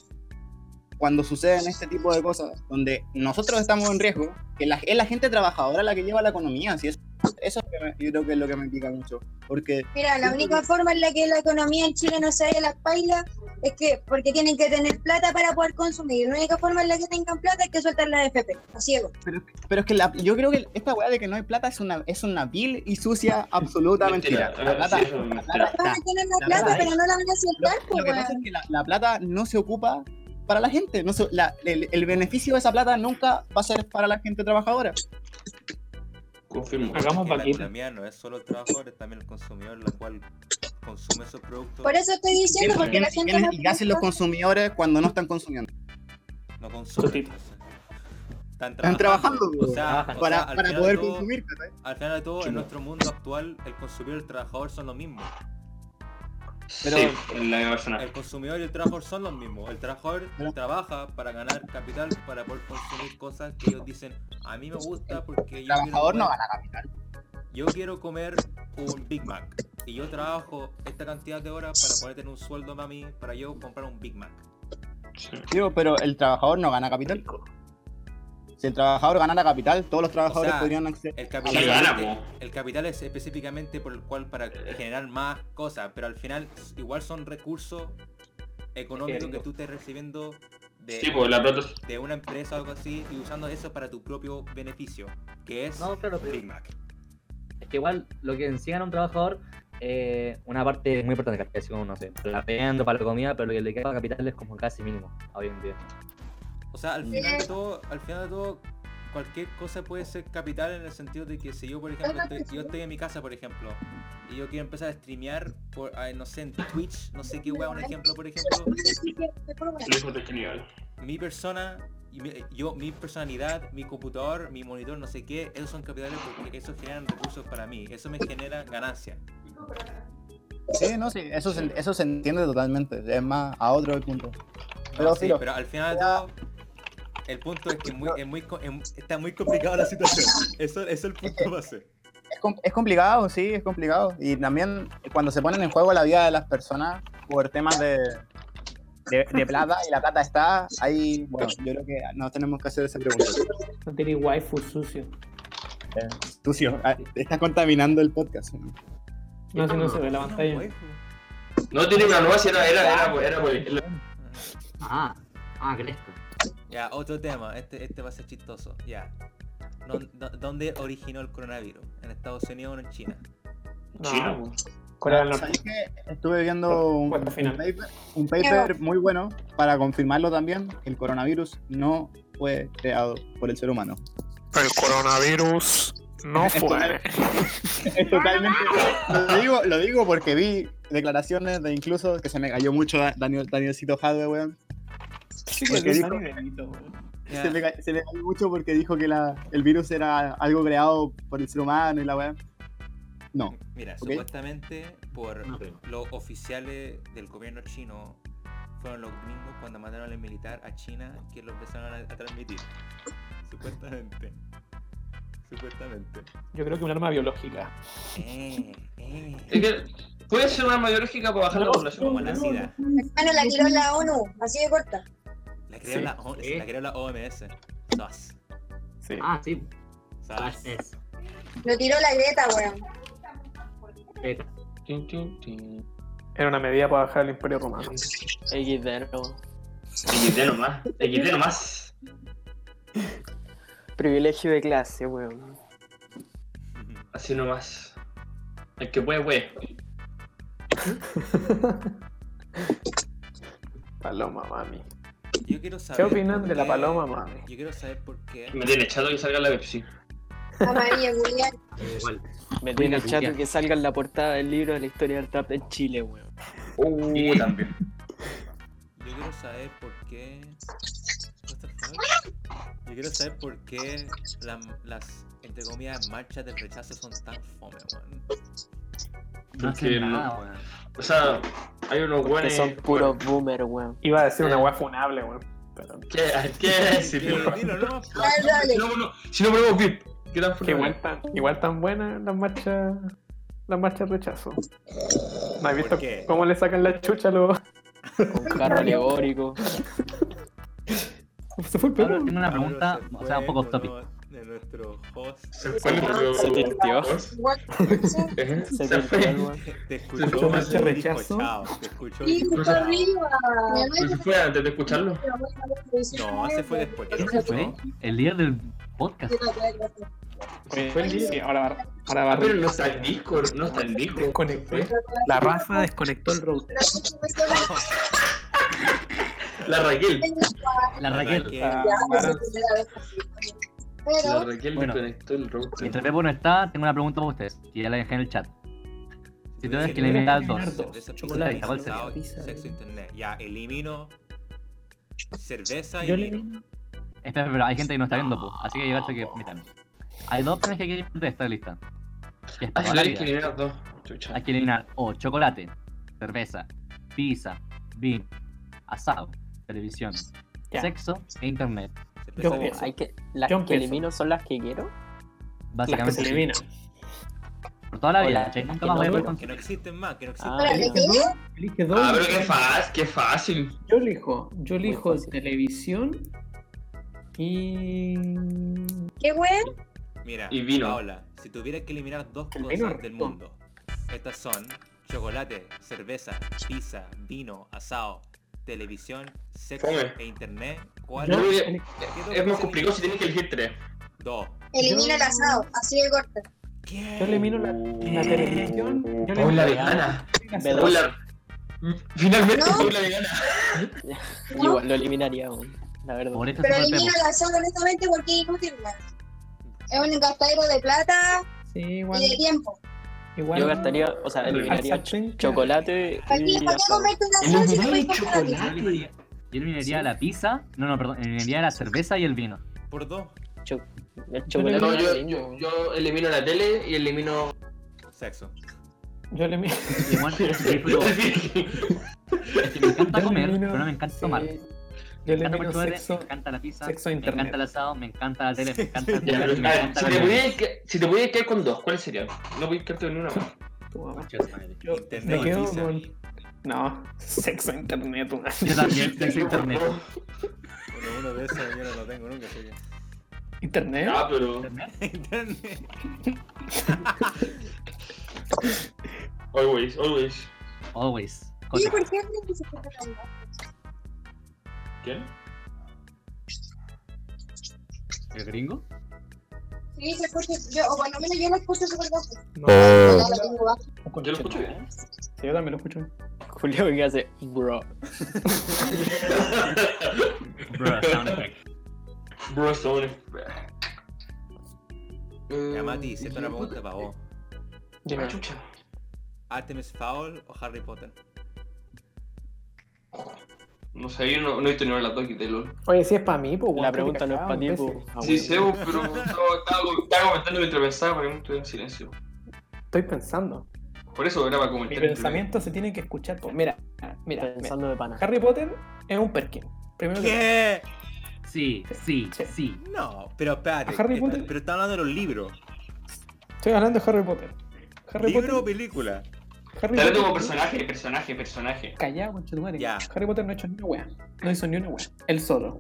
Speaker 1: cuando suceden este tipo de cosas, donde nosotros estamos en riesgo, que la, es la gente trabajadora la que lleva la economía, así es. Eso es lo que me- yo creo que es lo que me pica mucho. Porque
Speaker 5: Mira, la única forma en la que la economía en Chile no se vaya a las pailas es que porque tienen que tener plata para poder consumir. La única forma en la que tengan plata es que sueltan la FP, a ciego.
Speaker 1: Pero es que la- yo creo que esta weá de que no hay plata es una, es una vil y sucia absoluta mentira.
Speaker 2: Mentira,
Speaker 1: La
Speaker 2: ah,
Speaker 1: plata,
Speaker 2: sí, eso es
Speaker 1: la
Speaker 2: mentira.
Speaker 1: plata
Speaker 5: Van
Speaker 1: está.
Speaker 5: a tener la
Speaker 1: La
Speaker 5: plata,
Speaker 1: verdad
Speaker 5: pero
Speaker 1: es-
Speaker 5: no la van a soltar,
Speaker 1: Lo
Speaker 5: pues,
Speaker 1: que pasa
Speaker 5: weón.
Speaker 1: es que la, la plata no se ocupa para la gente. No se- la- el, el beneficio de esa plata nunca va a ser para la gente trabajadora.
Speaker 2: Confirmo.
Speaker 10: Que La economía no es solo el trabajador, es también el consumidor, la cual consume esos productos.
Speaker 5: Por eso estoy diciendo, porque la
Speaker 1: ¿Y
Speaker 5: gente
Speaker 1: quiénes-
Speaker 5: no
Speaker 1: ¿Y qué hacen los
Speaker 5: pregunta.
Speaker 1: consumidores cuando no están consumiendo?
Speaker 10: No consume. entonces. Están
Speaker 1: Están trabajando
Speaker 10: O sea, o
Speaker 1: para,
Speaker 10: sea, al
Speaker 1: para
Speaker 10: final
Speaker 1: poder
Speaker 10: de todo-
Speaker 1: consumir.
Speaker 10: Al final de todo, en
Speaker 1: Chulo.
Speaker 10: nuestro mundo actual, el consumidor y el trabajador son los mismos.
Speaker 2: Pero- Sí, en la misma persona.
Speaker 10: el consumidor y el trabajador son los mismos. El trabajador trabaja para ganar capital, para poder consumir cosas que ellos dicen, a mí me gusta porque yo
Speaker 1: trabajador no
Speaker 10: quiero comer-
Speaker 1: gana capital.
Speaker 10: Yo quiero comer un Big Mac y yo trabajo esta cantidad de horas para poder tener un sueldo para mí, para yo comprar un Big Mac.
Speaker 1: Digo, pero el trabajador no gana capital. Si el trabajador ganara capital, todos los
Speaker 10: O
Speaker 1: trabajadores
Speaker 10: sea,
Speaker 1: podrían acceder.
Speaker 10: el
Speaker 1: a
Speaker 10: capital,
Speaker 1: la-
Speaker 10: el capital es específicamente por el cual para generar más cosas, pero al final igual son recursos económicos que tú estés recibiendo de,
Speaker 2: Sí, pues, la plata es-
Speaker 10: de una empresa o algo así y usando eso para tu propio beneficio, que es
Speaker 11: No, claro, pero-
Speaker 10: Big Mac.
Speaker 11: Es que igual lo que enseñan a un trabajador, eh, una parte muy importante, que es como, no sé, la vendo para la comida, pero lo que le queda a capital es como casi mínimo hoy en día.
Speaker 10: O sea, al final de todo, al final de todo, cualquier cosa puede ser capital en el sentido de que si yo, por ejemplo, estoy, yo estoy en mi casa, por ejemplo, y yo quiero empezar a streamear por, ah, no sé, en Twitch, no sé qué wea, un ejemplo, por ejemplo, mi persona, y mi- yo, mi personalidad, mi computador, mi monitor, no sé qué, esos son capitales porque esos generan recursos para mí, eso me genera ganancia.
Speaker 1: Sí, no, sí, eso se, eso se entiende totalmente. Es más, a otro el punto.
Speaker 10: Pero,
Speaker 1: Pero
Speaker 10: sí,
Speaker 1: filo,
Speaker 10: pero al final de todo, el punto es que muy- es muy co- es- está muy complicada la situación. Eso, eso es el punto base.
Speaker 1: es, com- es complicado, sí, es complicado. Y también cuando se ponen en juego la vida de las personas por temas de, de, de plata y la plata está ahí. Bueno, yo creo que nos tenemos que hacer esa pregunta.
Speaker 6: No tiene waifu sucio.
Speaker 1: Sucio, ah, está contaminando el podcast. ¿no?
Speaker 6: No, si no se ve la pantalla.
Speaker 10: pues.
Speaker 2: No tiene una nueva, si era, era, era, era pues, por el-
Speaker 10: Ah, ah, cresta. Ya, otro tema, este, este va a ser chistoso. Ya. No- no- ¿Dónde originó el coronavirus? ¿En Estados Unidos o en China?
Speaker 1: China, po.
Speaker 5: Ah,
Speaker 6: Corea del
Speaker 1: ¿Sabes qué? Estuve viendo un, un paper, un paper muy bueno para confirmarlo también. El coronavirus no fue creado por el ser humano.
Speaker 12: El coronavirus no fue.
Speaker 1: Es totalmente. lo, digo, lo digo porque vi declaraciones de incluso que se me cayó mucho Da- Daniel, Danielcito Jadwe, weón. Porque dijo- se, me, ca- se me cayó mucho porque dijo que la- el virus era algo creado por el ser humano y la weón. No.
Speaker 10: Mira,
Speaker 1: ¿ok?
Speaker 10: supuestamente por los oficiales del gobierno chino fueron los mismos cuando mandaron al militar a China que lo empezaron a, a transmitir. Supuestamente. Supuestamente.
Speaker 6: Yo creo que un arma biológica.
Speaker 10: Eh, eh.
Speaker 2: Es que puede ser una arma biológica para bajar la población. pues,
Speaker 10: Como la SIDA.
Speaker 5: Hermano, la tiró la ONU, así de corta.
Speaker 10: La creó,
Speaker 11: Sí.
Speaker 10: la, O- la creó la OMS. Dos.
Speaker 11: Ah, sí. ah,
Speaker 2: Ah,
Speaker 10: Sas.
Speaker 3: Eh,
Speaker 5: Lo tiró la grieta, weón.
Speaker 6: Era una medida para bajar el imperio romano.
Speaker 9: XD, no.
Speaker 2: XD nomás. XD nomás.
Speaker 9: Privilegio de clase, weón.
Speaker 2: Así nomás. El que puede, puede.
Speaker 6: Paloma, mami.
Speaker 10: Yo quiero saber.
Speaker 6: ¿Qué opinan de la
Speaker 10: por qué-
Speaker 6: paloma, mami?
Speaker 10: Yo quiero saber por qué.
Speaker 2: Me tiene echado que salga la Pepsi.
Speaker 5: Amarilla, Julián.
Speaker 9: Me tiene
Speaker 2: Mira,
Speaker 9: el chato
Speaker 2: Cristian.
Speaker 9: que salga en la portada del libro de la historia del trap en Chile, weón.
Speaker 2: Uh, también.
Speaker 10: Yo quiero saber por qué. What the fuck? Yo quiero saber por qué la- las, entre comillas, marchas del rechazo son tan fome, weón.
Speaker 6: No hacen
Speaker 2: Porque
Speaker 6: nada,
Speaker 2: no-
Speaker 6: weón.
Speaker 2: O sea, hay unos
Speaker 9: Que
Speaker 2: buenos.
Speaker 9: son puros boomer, weón.
Speaker 6: Iba a decir una weá funable, weón.
Speaker 2: ¿Qué, qué decir?
Speaker 5: Dale,
Speaker 2: dale. Si no ponemos VIP, ¿qué tan
Speaker 6: Que igual tan, igual tan buenas las marchas. Las marchas rechazo. ¿No has visto
Speaker 10: qué?
Speaker 6: cómo le sacan la chucha a los.
Speaker 9: Con carro alegórico.
Speaker 6: Se fue el
Speaker 11: Pablo, tengo
Speaker 10: Pablo
Speaker 11: una pregunta,
Speaker 10: se
Speaker 11: o sea,
Speaker 10: fue
Speaker 11: un poco
Speaker 10: de
Speaker 11: off topic.
Speaker 10: nuevo- De nuestro host.
Speaker 2: fue nuestro Se tilteó. host. Se Se fue. tilteó, weón.
Speaker 10: Te
Speaker 2: Escuchó
Speaker 10: escuchó
Speaker 2: marcha
Speaker 10: y dijo
Speaker 2: rechazo.
Speaker 10: chao. Te escuchó y
Speaker 5: Y
Speaker 10: dijo
Speaker 5: justo
Speaker 10: chao.
Speaker 5: arriba.
Speaker 2: Pero Pues se fue antes de escucharlo.
Speaker 10: No, se fue después.
Speaker 11: ¿Ese fue el líder del podcast.
Speaker 6: Sí, ahora va. Ahora va
Speaker 2: Ah, pero no está el Discord, no está el Discord.
Speaker 6: La Rafa desconectó el router.
Speaker 2: La Raquel.
Speaker 11: La Raquel.
Speaker 10: Ah,
Speaker 5: Ya, pues, la primera vez así.
Speaker 2: La
Speaker 5: Pero,
Speaker 2: Raquel
Speaker 11: Bueno.
Speaker 2: desconectó el router.
Speaker 11: Mientras Pepo no está, tengo una pregunta para ustedes. Y ya la dejé en el chat. Si tú ves que le metas al 2,
Speaker 10: Cerveza,
Speaker 11: chocolate,
Speaker 10: pizza,
Speaker 11: ¿cuál
Speaker 10: pescado,
Speaker 11: sería?
Speaker 10: sexo, internet. Ya, elimino cerveza y
Speaker 11: Yo le
Speaker 10: vino.
Speaker 11: Espera, espera, hay gente que no está viendo, po, así que llegaste que. Mira, hay dos opciones que hay que eliminar de esta lista. Que es
Speaker 2: Ah,
Speaker 11: para
Speaker 2: la hay
Speaker 11: la
Speaker 2: que
Speaker 11: vida.
Speaker 2: eliminar dos. Chucha.
Speaker 11: Hay que eliminar o chocolate, cerveza, pizza, vino, asado, televisión,
Speaker 9: Ya.
Speaker 11: sexo e internet.
Speaker 9: Yo empiezo. Hay que- las
Speaker 11: Yo
Speaker 9: que
Speaker 11: empiezo.
Speaker 9: elimino son las que quiero.
Speaker 11: Básicamente.
Speaker 9: Las que se
Speaker 11: sí.
Speaker 9: eliminan.
Speaker 11: Por toda la
Speaker 9: O
Speaker 11: vida,
Speaker 9: las
Speaker 11: ¿cachai?
Speaker 9: que
Speaker 11: Nunca
Speaker 9: no
Speaker 11: más voy a poder
Speaker 9: duran.
Speaker 10: Que no existen más, que no existen
Speaker 9: Ah,
Speaker 5: espérate, ¿qué?
Speaker 2: Ah, pero qué fácil, qué fácil.
Speaker 6: Yo elijo, yo elijo televisión y.
Speaker 5: ¿Qué weón?
Speaker 10: Mira,
Speaker 2: Y vino.
Speaker 10: Paola, si tuvieras que eliminar dos
Speaker 6: El vino
Speaker 10: cosas del mundo, estas son chocolate, cerveza, pizza, vino, asado, televisión, sexo
Speaker 2: Fome.
Speaker 10: e internet, ¿cuál
Speaker 2: Yo creo que
Speaker 10: ¿Qué dos
Speaker 2: Es más
Speaker 10: cosas
Speaker 2: complicado si tienes
Speaker 10: eliminas?
Speaker 2: que elegir tres.
Speaker 10: Dos.
Speaker 5: Elimina el asado, así de corta.
Speaker 6: Yo elimino la, la televisión. Yo elimino
Speaker 2: Paula Oh. vegana.
Speaker 9: Vedosa.
Speaker 2: Paula- Finalmente
Speaker 5: No.
Speaker 2: Paula vegana.
Speaker 9: Igual lo eliminaría, weón. La verdad.
Speaker 11: Por este eso
Speaker 5: Pero
Speaker 11: se fue
Speaker 5: elimina el asado honestamente porque es inútil, weón. Es un gastadero de plata
Speaker 6: Sí, igual.
Speaker 5: y de tiempo.
Speaker 6: igual
Speaker 9: Yo gastaría, o sea, eliminaría chocolate
Speaker 5: ¿Para qué,
Speaker 9: y
Speaker 5: para qué
Speaker 9: asado.
Speaker 5: comerte un asado si no puedes comprar
Speaker 11: Pepo. Yo eliminaría- yo eliminaría la pizza, no, no, perdón, eliminaría la cerveza y el vino.
Speaker 10: Por dos.
Speaker 9: Cho- el chocolate.
Speaker 2: No, yo, yo, yo elimino la tele y elimino.
Speaker 10: Sexo.
Speaker 6: Yo elimino.
Speaker 11: Igual, yo disfruto- es que me encanta comer,
Speaker 6: elimino-
Speaker 11: pero no me encanta tomar. Me
Speaker 6: Yo
Speaker 11: encanta
Speaker 6: elimino
Speaker 11: comer chocolate,
Speaker 6: sexo.
Speaker 11: me encanta la pizza,
Speaker 6: sexo e
Speaker 11: me
Speaker 6: internet.
Speaker 11: encanta el asado, me encanta la tele, me encanta el
Speaker 2: Ya,
Speaker 11: jugar,
Speaker 2: pero,
Speaker 11: me
Speaker 2: a ver,
Speaker 11: encanta
Speaker 2: si,
Speaker 11: la
Speaker 2: te
Speaker 11: comida.
Speaker 2: pudieras que- si te pudieras quedar con dos, ¿cuál sería? No voy a quedarte con una más.
Speaker 6: Tu mamá.
Speaker 11: Conchas, madre.
Speaker 6: Yo
Speaker 10: Internet
Speaker 6: me
Speaker 10: y
Speaker 6: quedo
Speaker 10: pizza.
Speaker 6: con. No, sexo en internet. una-
Speaker 10: Yo también, sexo en
Speaker 2: internet.
Speaker 10: Pero uno de esos yo no lo tengo nunca, así que.
Speaker 6: ¿Internet?
Speaker 2: Ah, pero.
Speaker 10: Internet.
Speaker 2: Always, always.
Speaker 3: Always.
Speaker 5: Oye, ¿por qué alguien que se está cagando?
Speaker 2: ¿Quién?
Speaker 3: ¿El gringo?
Speaker 5: Sí, se escucha, yo, o por lo menos yo lo escucho súper bajo.
Speaker 6: No,
Speaker 10: Eh,
Speaker 5: Ahora
Speaker 6: no,
Speaker 5: la tengo baja.
Speaker 6: no. Sí, yo también lo escucho.
Speaker 9: Julio que hace, bro.
Speaker 3: Bro, sound effect.
Speaker 2: Bro, sound effect.
Speaker 10: Ya, Mati, siento una pregunta para vos.
Speaker 6: Eh, Dime.
Speaker 2: Ah, chucha.
Speaker 10: ¿Artemis Fowl o Harry Potter?
Speaker 2: No sé, yo no, no he visto ninguna de las dos de LOL.
Speaker 7: Oye, si es para mí, pues.
Speaker 9: La pregunta no es para ti, po.
Speaker 10: pues,
Speaker 9: Ah,
Speaker 2: Sí,
Speaker 9: bueno.
Speaker 2: sé, bo, pero no, estaba, estaba comentando mientras pensaba, pero estoy en silencio.
Speaker 6: Estoy pensando.
Speaker 2: Por eso era para
Speaker 6: Mi
Speaker 2: comentar.
Speaker 6: pensamiento se tiene que escuchar. po. Mira, mira.
Speaker 9: Pensando de pana.
Speaker 6: mira. Harry Potter es un Perkin. Primero que nada.
Speaker 10: ¿Qué?
Speaker 3: Sí, sí, sí.
Speaker 10: No, pero espérate.
Speaker 6: ¿A Harry
Speaker 10: está-
Speaker 6: Potter?
Speaker 10: Pero está hablando de los libros.
Speaker 6: Estoy hablando de Harry Potter. Harry
Speaker 10: ¿Libro o
Speaker 6: Potter.
Speaker 10: película?
Speaker 6: Harry
Speaker 2: Te hablando
Speaker 6: Potter-
Speaker 2: como personaje, personaje, personaje.
Speaker 6: Callado, conchetumare.
Speaker 10: Ya.
Speaker 6: Harry Potter no ha hecho ni una wea. No hizo ni una wea. Él solo.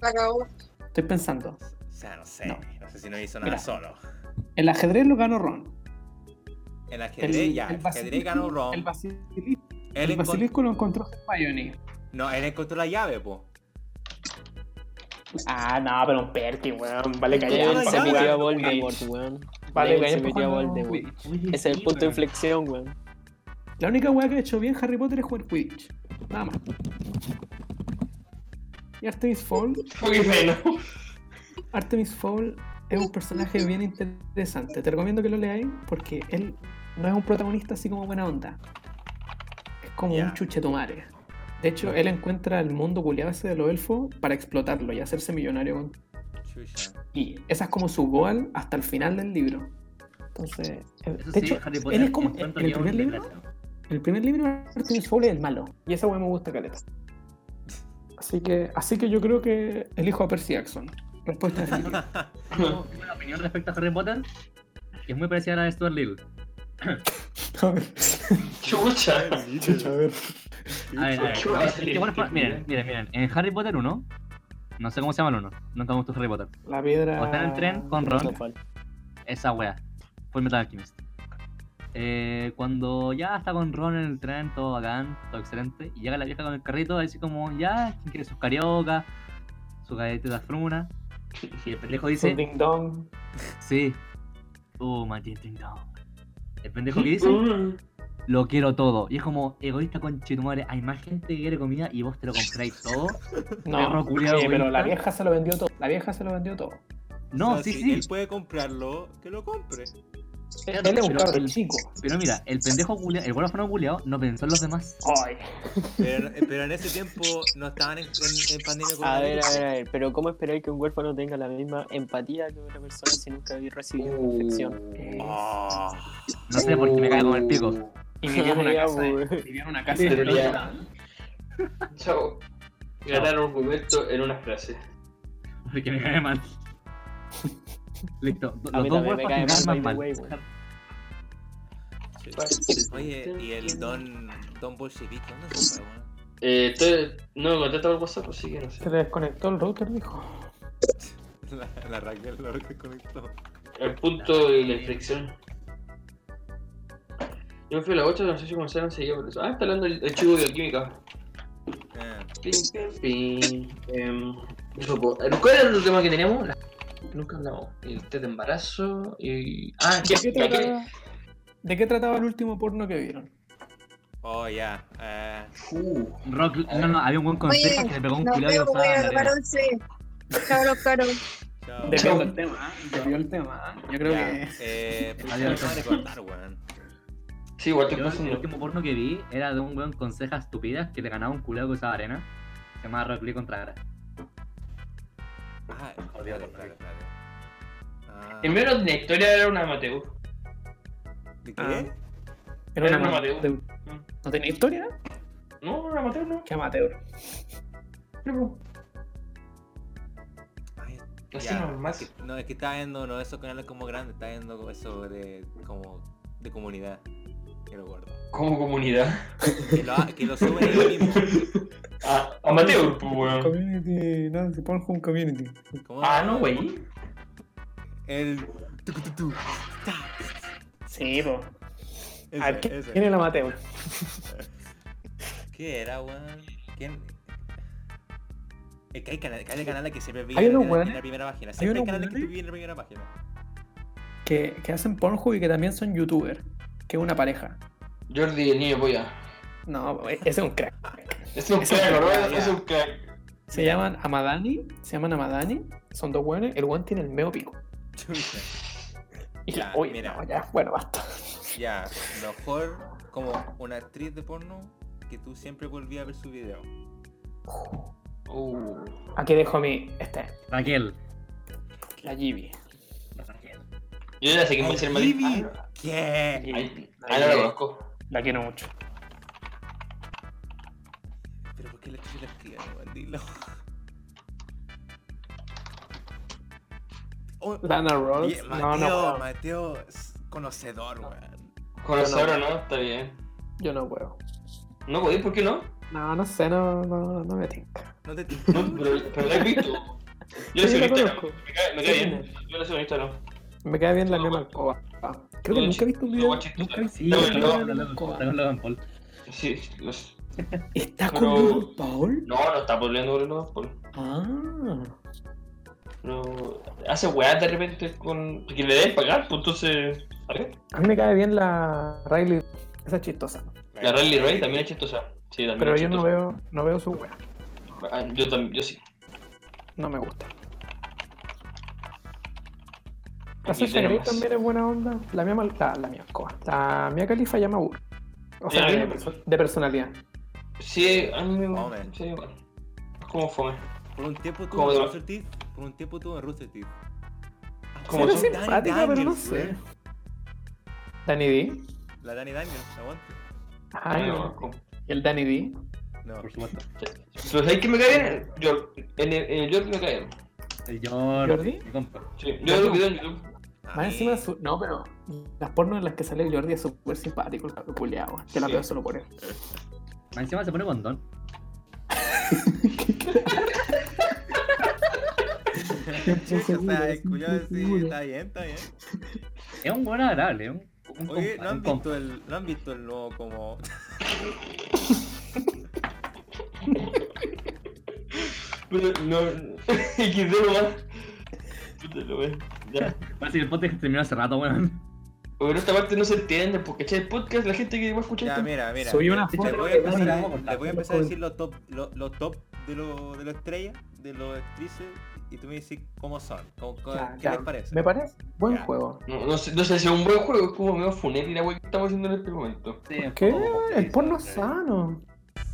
Speaker 5: Se acabó.
Speaker 6: Estoy pensando.
Speaker 10: O sea, no sé. No,
Speaker 6: No.
Speaker 10: sé si no hizo nada
Speaker 6: Mira.
Speaker 10: solo.
Speaker 6: El ajedrez lo ganó Ron.
Speaker 10: El ajedrez,
Speaker 6: El,
Speaker 10: ya.
Speaker 6: el
Speaker 10: El ajedrez ganó Ron.
Speaker 6: El basilisco,
Speaker 10: Él
Speaker 6: el
Speaker 10: encont-
Speaker 6: basilisco lo encontró Hermione.
Speaker 10: No, él encontró la llave, po.
Speaker 6: Ah, no, pero un Perkin, weón. Vale
Speaker 9: León
Speaker 6: callar.
Speaker 9: se
Speaker 6: pa'
Speaker 9: metió a
Speaker 6: jugar.
Speaker 9: Voldemort, weón.
Speaker 6: Vale,
Speaker 9: León
Speaker 6: callar
Speaker 9: se
Speaker 6: pa'
Speaker 9: metió a
Speaker 6: jugar.
Speaker 9: Voldemort.
Speaker 6: Oye,
Speaker 9: Ese es el
Speaker 6: sí,
Speaker 9: punto de
Speaker 6: weón.
Speaker 9: inflexión, weón.
Speaker 6: La única weá que ha hecho bien Harry Potter es jugar Quidditch. Nada más. Y Artemis Fowl.
Speaker 2: Muy bueno.
Speaker 6: Artemis Fowl es un personaje bien interesante. Te recomiendo que lo leáis porque él no es un protagonista así como buena onda. Es como
Speaker 10: Ya.
Speaker 6: un chuchetumare. De hecho, él encuentra el mundo culiado ese de los elfos para explotarlo y hacerse millonario. con-
Speaker 10: Chucha.
Speaker 6: Y esa es como su goal hasta el final del libro. Entonces, eh,
Speaker 3: Eso
Speaker 6: de
Speaker 3: sí,
Speaker 6: hecho,
Speaker 3: Harry Potter
Speaker 6: él es como. En
Speaker 3: encuentro
Speaker 6: el
Speaker 3: que es un
Speaker 6: primer libro,
Speaker 3: desgraciado.
Speaker 6: el primer libro Artemis Fowl es el malo. Y esa weá me gusta caleta. Así que, así que yo creo que elijo a Percy Jackson. Respuesta definitiva.
Speaker 3: Tengo una opinión respecto a Harry Potter que es muy parecida a la de Stuart Little.
Speaker 6: A ver.
Speaker 2: Chucha.
Speaker 6: Chucha, a ver.
Speaker 3: A ver, a ver,
Speaker 2: Qué
Speaker 3: a ver,
Speaker 2: horrible.
Speaker 3: qué buena forma- Miren, miren, miren. En Harry Potter 1, no sé cómo se llama el 1, nunca me gustó Harry Potter.
Speaker 6: La piedra.
Speaker 3: Cuando están en el tren con Ron, esa wea. Fue Metal Alchemist. Eh, cuando ya está con Ron en el tren, todo bacán, todo excelente, y llega la vieja con el carrito, así como, ya, ¿quién quiere sus cariocas? Sus galletas frunas. Y el pendejo dice,
Speaker 6: Un ding dong.
Speaker 3: Sí. Oh, Martín Trindón. El pendejo que dice, lo quiero todo. Y es como, egoísta con madre, hay más gente que quiere comida y vos te lo compráis todo.
Speaker 6: No,
Speaker 3: Perro culiao,
Speaker 6: sí, pero
Speaker 3: güey.
Speaker 6: la vieja se lo vendió todo. La vieja se lo vendió todo.
Speaker 3: No,
Speaker 10: O sea,
Speaker 3: sí,
Speaker 10: si
Speaker 3: sí.
Speaker 10: Él puede comprarlo, que lo compre.
Speaker 3: Pero-
Speaker 6: Él es un
Speaker 3: pero-
Speaker 6: cabro chico.
Speaker 3: Pero mira, el pendejo culiao, el huérfano culiao, no pensó en los demás.
Speaker 6: Ay.
Speaker 10: Pero, eh, pero en ese tiempo no estaban en, en- en pandemia con
Speaker 9: A ver, a ver, a ver. Pero ¿cómo esperar que un huérfano tenga la misma empatía que otra persona si nunca había recibido
Speaker 2: Uh.
Speaker 9: una afección?
Speaker 3: No Eh, sé por qué me cae como el pico.
Speaker 6: Y vivió en una
Speaker 9: Ya,
Speaker 6: casa. eh.
Speaker 9: güey.
Speaker 6: Vivió en una casa.
Speaker 2: Sí,
Speaker 6: de
Speaker 2: debería.
Speaker 6: lona.
Speaker 2: Chao. Ganar un argumento en una frase.
Speaker 3: Porque me cae mal. Listo.
Speaker 9: A
Speaker 3: Los
Speaker 9: mí
Speaker 3: dos
Speaker 9: también me cae
Speaker 3: huérfanos me caen más
Speaker 9: mal, by
Speaker 3: mal.
Speaker 9: the way, güey.
Speaker 10: Oh, Oye, y el don, don bolchevique, ¿dónde se fue, weón?
Speaker 2: Eh, estoy- no me contesta por WhatsApp, así que no sé.
Speaker 6: Se le desconectó el router, dijo.
Speaker 10: La, la Raquel lo reconectó.
Speaker 2: El punto de la inflexión. Yo me fui a las 8, no sé si comenzaron seguido por eso. Ah, está hablando el, el chico de química.
Speaker 10: Eh,
Speaker 2: Pim, pim, pim. Em, eso, po. Eh, ¿Cuál era el tema que teníamos? La- Nunca hablamos. El test de embarazo y. Ah, ¿qué?
Speaker 6: ¿De qué
Speaker 2: ¿Qué?
Speaker 6: trataba, de qué trataba el último porno que vieron?
Speaker 10: Oh, ya. eh,
Speaker 2: Uh,
Speaker 3: Rock, no, no, había un buen consejo
Speaker 5: Oye,
Speaker 3: que le pegó un
Speaker 5: nos
Speaker 3: culiao y lo
Speaker 5: vemos,
Speaker 3: usaba en la
Speaker 5: weón,
Speaker 3: arena.
Speaker 5: varón, sí. Cabros, caros.
Speaker 10: chao.
Speaker 6: Debió el tema, ¿eh? debió el tema. ¿eh? Yo creo
Speaker 10: Ya,
Speaker 6: que.
Speaker 10: eh, puta,
Speaker 3: Adiós.
Speaker 10: me van a cortar, weón.
Speaker 2: Sí, igual te
Speaker 3: Yo,
Speaker 2: paso
Speaker 3: el
Speaker 2: un.
Speaker 3: último porno que vi era de un weón con cejas tupidas que le ganaba un culado que usaba arena. Se llamaba Rock Lee contra Ara.
Speaker 10: Ah,
Speaker 3: Adiós,
Speaker 10: espérate,
Speaker 3: Raquel.
Speaker 10: espérate. Ah,
Speaker 2: Primero de la historia era una Mateo.
Speaker 10: ¿De
Speaker 2: ah,
Speaker 10: qué?
Speaker 6: Era
Speaker 2: Era
Speaker 6: una
Speaker 2: un
Speaker 6: amateur.
Speaker 2: amateur.
Speaker 6: ¿No tenía historia?
Speaker 2: No, una Mateo no.
Speaker 6: Qué amateur.
Speaker 10: Ay,
Speaker 2: Así
Speaker 10: ya.
Speaker 2: normal.
Speaker 10: No, es que está viendo no, esos canales como grandes, está viendo eso de como de comunidad. extranjero gordo.
Speaker 2: Como comunidad.
Speaker 10: Que lo, ha- que lo suben ahí mismo.
Speaker 2: Ah, a Mateo, pues, weón.
Speaker 6: Community, no, se pone un community.
Speaker 10: ¿Cómo?
Speaker 2: Ah, no, güey.
Speaker 10: El.
Speaker 9: Sí, po.
Speaker 10: Ese,
Speaker 9: A ver, ¿quién
Speaker 10: ese.
Speaker 9: tiene la Mateo?
Speaker 10: ¿Qué era, weón? ¿Quién? Es que hay canales, hay canales que siempre
Speaker 6: Hay
Speaker 10: viven en,
Speaker 6: unos
Speaker 10: la-
Speaker 6: weones-
Speaker 10: en la primera página.
Speaker 6: hay
Speaker 10: Siempre hay,
Speaker 6: unos
Speaker 10: canales que viven en la primera página.
Speaker 6: Que, que hacen Pornhub y que también son youtubers. Que es una pareja.
Speaker 2: Jordi, el niño polla.
Speaker 6: No, e- ese es un crack.
Speaker 2: Es un
Speaker 6: Ese
Speaker 2: crack,
Speaker 6: es un
Speaker 2: ¿verdad?
Speaker 6: crack,
Speaker 2: Es
Speaker 6: ya.
Speaker 2: un crack.
Speaker 6: Se llaman Amadani. Se llaman Amadani. Son dos hueones. El hueón tiene el meo pico.
Speaker 10: Chucha.
Speaker 6: Y
Speaker 10: Ya,
Speaker 6: la, oye,
Speaker 10: mira.
Speaker 6: no, ya, bueno, basta.
Speaker 10: Ya, mejor como una actriz de porno que tú siempre volvías a ver su video.
Speaker 2: Uh.
Speaker 6: Aquí dejo mi. Este,
Speaker 3: Raquel.
Speaker 6: la Gibi.
Speaker 2: Yo ya sé que me dice el Ah, Madrid.
Speaker 10: ¿Qué?
Speaker 2: Ahí ahí no lo conozco.
Speaker 6: La quiero mucho.
Speaker 10: Pero ¿por qué la chucha la escriban, weón? Dilo. Oh,
Speaker 6: Lana Rhodes. No,
Speaker 10: Ye- Mateo,
Speaker 6: no puedo.
Speaker 10: Mateo es conocedor, weón.
Speaker 2: Conocer
Speaker 6: Yo
Speaker 2: o
Speaker 6: no-
Speaker 2: no, está bien.
Speaker 6: Yo no puedo.
Speaker 2: No podéis, ¿por qué no?
Speaker 6: No, no sé, no, no, no me tinca.
Speaker 10: No te
Speaker 2: No, pero, pero lo he visto. Yo lo
Speaker 6: Sí,
Speaker 2: sigo en
Speaker 6: lo
Speaker 2: Instagram.
Speaker 6: conozco.
Speaker 2: Me cae, me cae bien. Yo lo sigo en Instagram.
Speaker 6: Me cae bien la misma alcoba. Ah, Creo que
Speaker 2: Lo
Speaker 6: nunca he visto un video. Nunca he visto
Speaker 3: Sí,
Speaker 6: un
Speaker 3: está
Speaker 6: video
Speaker 3: con
Speaker 6: de la
Speaker 3: Logan-
Speaker 6: misma
Speaker 3: está
Speaker 6: alcoba.
Speaker 3: con Logan Paul.
Speaker 2: Sí, los...
Speaker 6: ¿Está
Speaker 2: Pero-
Speaker 6: con Logan Paul?
Speaker 2: No, no está volviendo con los por...
Speaker 6: Ah.
Speaker 2: Pero hace weas de repente con. Que le deben pagar, pues entonces. ¿a ver?
Speaker 6: A mí me cae bien la Riley. Esa es chistosa.
Speaker 2: La Rally Ray también es chistosa. Sí, también
Speaker 6: Pero
Speaker 2: es
Speaker 6: yo no
Speaker 2: chistosa.
Speaker 6: veo, no veo su wea.
Speaker 2: Ah, yo también, yo sí.
Speaker 6: No me gusta.
Speaker 2: Y
Speaker 6: La Sasha
Speaker 2: tenemos-
Speaker 6: Grey también es buena onda. La mía, mal- la, la mía alcoba. La mía califa llama burro. O sea,
Speaker 2: Ya,
Speaker 6: de,
Speaker 10: eh.
Speaker 2: bien.
Speaker 6: perso- de personalidad.
Speaker 2: Sí, a mí me
Speaker 10: Fome.
Speaker 2: gusta. Sí, igual. Es como fome.
Speaker 10: Por un tiempo
Speaker 2: ¿Cómo
Speaker 10: tuvo
Speaker 2: te
Speaker 10: en
Speaker 2: va?
Speaker 10: Rooster Teeth. Por un tiempo tuvo en Rooster Teeth.
Speaker 2: Como
Speaker 6: Era
Speaker 2: tú.
Speaker 6: simpática,
Speaker 10: Daniels,
Speaker 6: pero no sé.
Speaker 10: weón.
Speaker 6: Danny D.
Speaker 10: La Danny Daniels, aguante.
Speaker 6: Ajá,
Speaker 2: No,
Speaker 6: y-
Speaker 2: como-
Speaker 6: y el Danny D.
Speaker 10: No.
Speaker 3: Por supuesto.
Speaker 2: Pero ¿sabes que me cae bien? Yo, en el, en el York me cae bien.
Speaker 3: El Jordi.
Speaker 6: ¿Jordi?
Speaker 3: Mi compa.
Speaker 2: Sí, yo lo video en YouTube.
Speaker 6: Más
Speaker 10: A mí-
Speaker 6: encima, su- no, pero las pornos en las que sale el Jordi es súper simpático, el cabro culiao. Te la
Speaker 2: Sí.
Speaker 6: veo solo por él.
Speaker 3: Más Encima se pone condón.
Speaker 10: Chucha, está el culiao así, está bien, está bien.
Speaker 3: Es un buen agradable. Un, un
Speaker 10: Oye,
Speaker 3: compa,
Speaker 10: ¿no han
Speaker 3: un compa.
Speaker 10: visto el, no han visto el nuevo como.
Speaker 2: Pero no. XD nomás. Puta, lo ves. Ya.
Speaker 3: Parece que el podcast terminó hace rato, weón.
Speaker 2: Pero esta parte no se entiende porque che, el podcast, la gente que va a escuchar.
Speaker 10: Ya,
Speaker 2: esto-
Speaker 10: mira, mira.
Speaker 6: Subí una
Speaker 10: Te
Speaker 6: foto
Speaker 10: voy a
Speaker 6: de
Speaker 10: empezar
Speaker 6: una-
Speaker 10: a, les voy a empezar a decir los top, los, los top de los de los estrellas, de los actrices, y tú me decís cómo son, cómo- cómo-
Speaker 6: Ya,
Speaker 10: qué
Speaker 6: ya.
Speaker 10: les parece.
Speaker 6: Me parece buen
Speaker 10: Ya.
Speaker 6: juego.
Speaker 2: No, no, sé, no sé si es un buen juego, es como medio funel y la wea que estamos haciendo en este momento.
Speaker 6: ¿Qué? El porno es sano.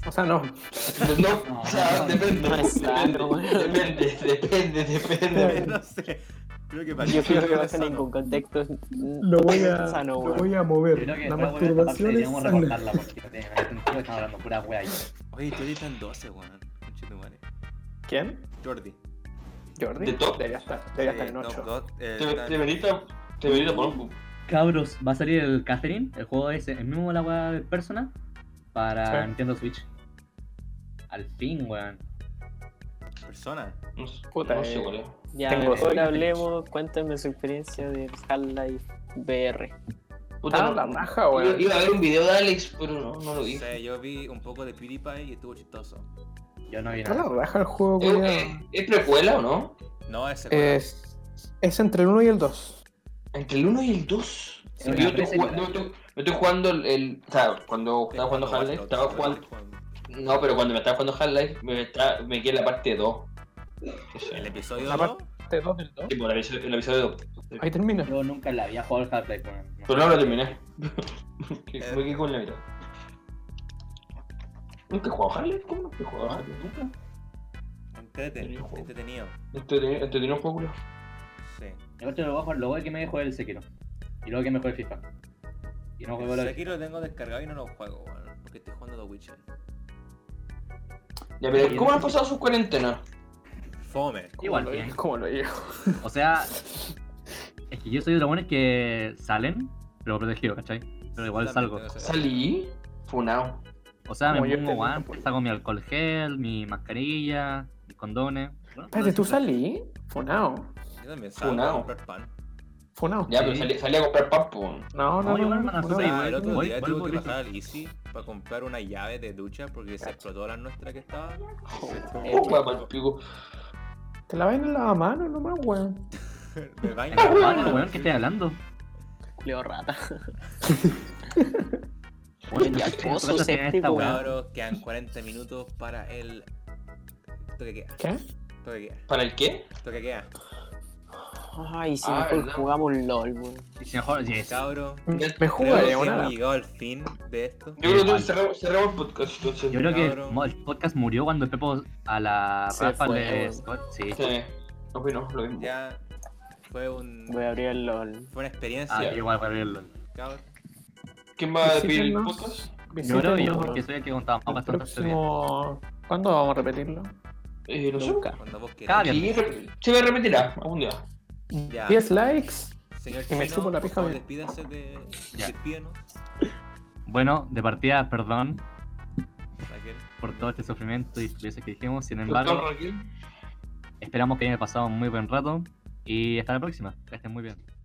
Speaker 6: O sea, no.
Speaker 2: Pues no, o sea, depende.
Speaker 9: No es sano, weón.
Speaker 2: depende, depende, depende, depende.
Speaker 10: No sé. Creo que para
Speaker 9: Yo creo que
Speaker 10: no
Speaker 9: bajan en con contexto.
Speaker 6: Lo voy a,
Speaker 9: Sano,
Speaker 6: lo
Speaker 9: weón.
Speaker 6: voy a
Speaker 3: Yo
Speaker 6: mover.
Speaker 3: creo que
Speaker 6: La
Speaker 3: esta weá, esta parte
Speaker 6: masturbación es
Speaker 3: deberíamos
Speaker 6: sana.
Speaker 3: recortarla porque en el sentido estamos hablando pura wea.
Speaker 10: Oye, Jordi está en 12, weón. Conchetumare.
Speaker 6: ¿Quién?
Speaker 10: Jordi.
Speaker 6: ¿Jordi?
Speaker 2: ¿De top?
Speaker 6: Debería estar, debería estar
Speaker 10: Eh,
Speaker 6: en
Speaker 10: top
Speaker 6: 8.
Speaker 10: dos, eh,
Speaker 2: Te
Speaker 10: está-
Speaker 2: te merita, te merita por un
Speaker 3: Cabros, va a salir el Catherine, el juego ese, el mismo de la wea de Persona, para
Speaker 6: Sí.
Speaker 3: Nintendo Switch. Al fin, weón.
Speaker 10: Persona.
Speaker 2: No sé,
Speaker 6: Puta,
Speaker 2: no sé,
Speaker 9: eh.
Speaker 2: weón.
Speaker 9: Ya,
Speaker 6: Tengo
Speaker 9: mejor
Speaker 6: dos.
Speaker 9: hablemos, cuéntame su experiencia de Half-Life VR.
Speaker 2: Puta,
Speaker 6: Ah,
Speaker 2: no.
Speaker 6: la raja,
Speaker 2: Iba-
Speaker 6: weón.
Speaker 2: Iba a ver un video de Alex, pero no, no lo
Speaker 10: No
Speaker 2: vi.
Speaker 10: sé, yo vi un poco de PewDiePie y estuvo chistoso.
Speaker 3: Yo no vi
Speaker 6: Está la
Speaker 3: nada.
Speaker 6: raja el juego,
Speaker 2: ¿Es,
Speaker 6: culiao.
Speaker 2: Eh, es- es precuela o no?
Speaker 10: No, ese weón.
Speaker 6: Es, es entre el 1 y el 2.
Speaker 2: Entre el 1 y el 2.
Speaker 3: Sí,
Speaker 2: Yo
Speaker 3: me
Speaker 2: estoy
Speaker 3: parece
Speaker 2: jugando-
Speaker 3: que-
Speaker 2: yo estoy- yo estoy jugando el, el- O sea, cuando estaba jugando Half-Life, estaba jugando. No, pero cuando me estaba jugando Half-Life, me, está- me quedé en la parte 2.
Speaker 10: El episodio
Speaker 6: La
Speaker 10: 2.
Speaker 6: parte- Este 2 del 2.
Speaker 2: Tipo, el episodio, el episodio 2.
Speaker 6: Ahí termina.
Speaker 3: Yo nunca la había jugado al Half-Life, weón.
Speaker 2: Pero no lo terminé. Que- me quedé con la mitad. ¿Nunca he jugado a Half-Life? ¿Cómo nunca he jugado a Half-Life? Nunca.
Speaker 10: Entretenido, entretenido.
Speaker 2: Entretenido entretenido un juego, culiao.
Speaker 10: Sí.
Speaker 3: El otro lo bajo, luego que me juegue el Sekiro. Y luego que me juegue el FIFA. Y no juego
Speaker 10: El
Speaker 3: la
Speaker 10: Sekiro lo tengo descargado y no lo juego, weón. Porque estoy jugando The Witcher.
Speaker 2: Ya, pero ¿cómo han pasado sus cuarentenas?
Speaker 10: Fome.
Speaker 3: Igual bien.
Speaker 6: ¿Cómo lo digo?
Speaker 3: O sea, es que yo soy de los buenos que salen, pero protegido, ¿cachai? Pero Pero igual salgo.
Speaker 2: Salí, funao.
Speaker 3: O sea, me
Speaker 2: Como yo
Speaker 3: pongo
Speaker 2: te-
Speaker 3: guantes, saco mi alcohol gel, mi mascarilla, mis condones. Bueno,
Speaker 6: Espérate, ¿tú salí? Funao.
Speaker 10: Yo también salgo
Speaker 6: Funao.
Speaker 10: a comprar pan.
Speaker 6: Funao.
Speaker 2: Ya, pero salí, salí a comprar pan, pum.
Speaker 6: No, no,
Speaker 10: yo
Speaker 6: no,
Speaker 10: me
Speaker 6: no,
Speaker 10: acuerdo,
Speaker 6: no,
Speaker 10: Ah, el
Speaker 6: no,
Speaker 10: otro
Speaker 6: no.
Speaker 10: día
Speaker 6: Vuelvo,
Speaker 10: tuve que
Speaker 6: vuelvo.
Speaker 10: bajar al Easy para comprar una llave de ducha porque se explotó la nuestra que estaba. Eh,
Speaker 2: Oh, wea, mal pico.
Speaker 6: Te la vayan a lavar a mano nomás, weón.
Speaker 10: Me baño.
Speaker 3: Bueno, weón, ¿qué estoy hablando?
Speaker 9: Leo rata.
Speaker 3: Bueno,
Speaker 9: Ya,
Speaker 3: ¿qué
Speaker 9: coso,
Speaker 3: pasa tiene esta
Speaker 9: séptico.
Speaker 3: weá?
Speaker 10: Cabros, quedan 40 minutos para el. Toque queda.
Speaker 6: ¿Qué?
Speaker 10: Toque queda.
Speaker 2: ¿Para el qué?
Speaker 10: Toque queda.
Speaker 9: Ay, si
Speaker 10: Ah,
Speaker 9: mejor
Speaker 10: ¿verdad?
Speaker 9: jugamos LOL, weón.
Speaker 3: Si mejor, yes.
Speaker 10: Cabros.
Speaker 6: Me
Speaker 10: creo
Speaker 6: jugaré
Speaker 10: que
Speaker 6: una.
Speaker 10: hemos llegado al fin de esto.
Speaker 2: Yo creo que cerramos, cerramos el podcast entonces.
Speaker 3: Yo creo que mo- el podcast murió cuando el Pepo a la
Speaker 2: Se
Speaker 3: Rafa
Speaker 2: fue,
Speaker 3: le.
Speaker 2: weón.
Speaker 3: Sí.
Speaker 2: Sí, opinamos lo mismo.
Speaker 10: Ya fue un.
Speaker 9: Voy a abrir el Lol.
Speaker 10: Fue una experiencia.
Speaker 3: Ah, igual para abrirlo.
Speaker 10: Cabros.
Speaker 2: ¿Quién va a despedir el
Speaker 6: Visítenos.
Speaker 2: podcast?
Speaker 3: Yo creo que yo,
Speaker 6: Visítenos.
Speaker 3: porque soy el que contaba más
Speaker 6: El
Speaker 3: bastante bien.
Speaker 6: próximo- ¿Cuándo vamos a repetirlo?
Speaker 2: Eh, no sé.
Speaker 9: Nunca.
Speaker 10: Cuando vos
Speaker 3: Cada
Speaker 10: quieras.
Speaker 2: Sí,
Speaker 3: viernes.
Speaker 2: re- se me repetirá algún día.
Speaker 10: Ya.
Speaker 6: 10 likes.
Speaker 10: Señor
Speaker 6: Y me
Speaker 10: Chino,
Speaker 6: chupo la
Speaker 10: por
Speaker 6: pija,
Speaker 10: favor,
Speaker 6: mira.
Speaker 10: Despídase de.
Speaker 3: Ya.
Speaker 10: Despídanos.
Speaker 3: Bueno, de partida, perdón
Speaker 10: Raquel.
Speaker 3: por todo este sufrimiento y veces que dijimos. Sin
Speaker 2: Doctor
Speaker 3: embargo,
Speaker 2: Raquel.
Speaker 3: esperamos que hayan pasado un muy buen rato. Y hasta la próxima. Que estén muy bien.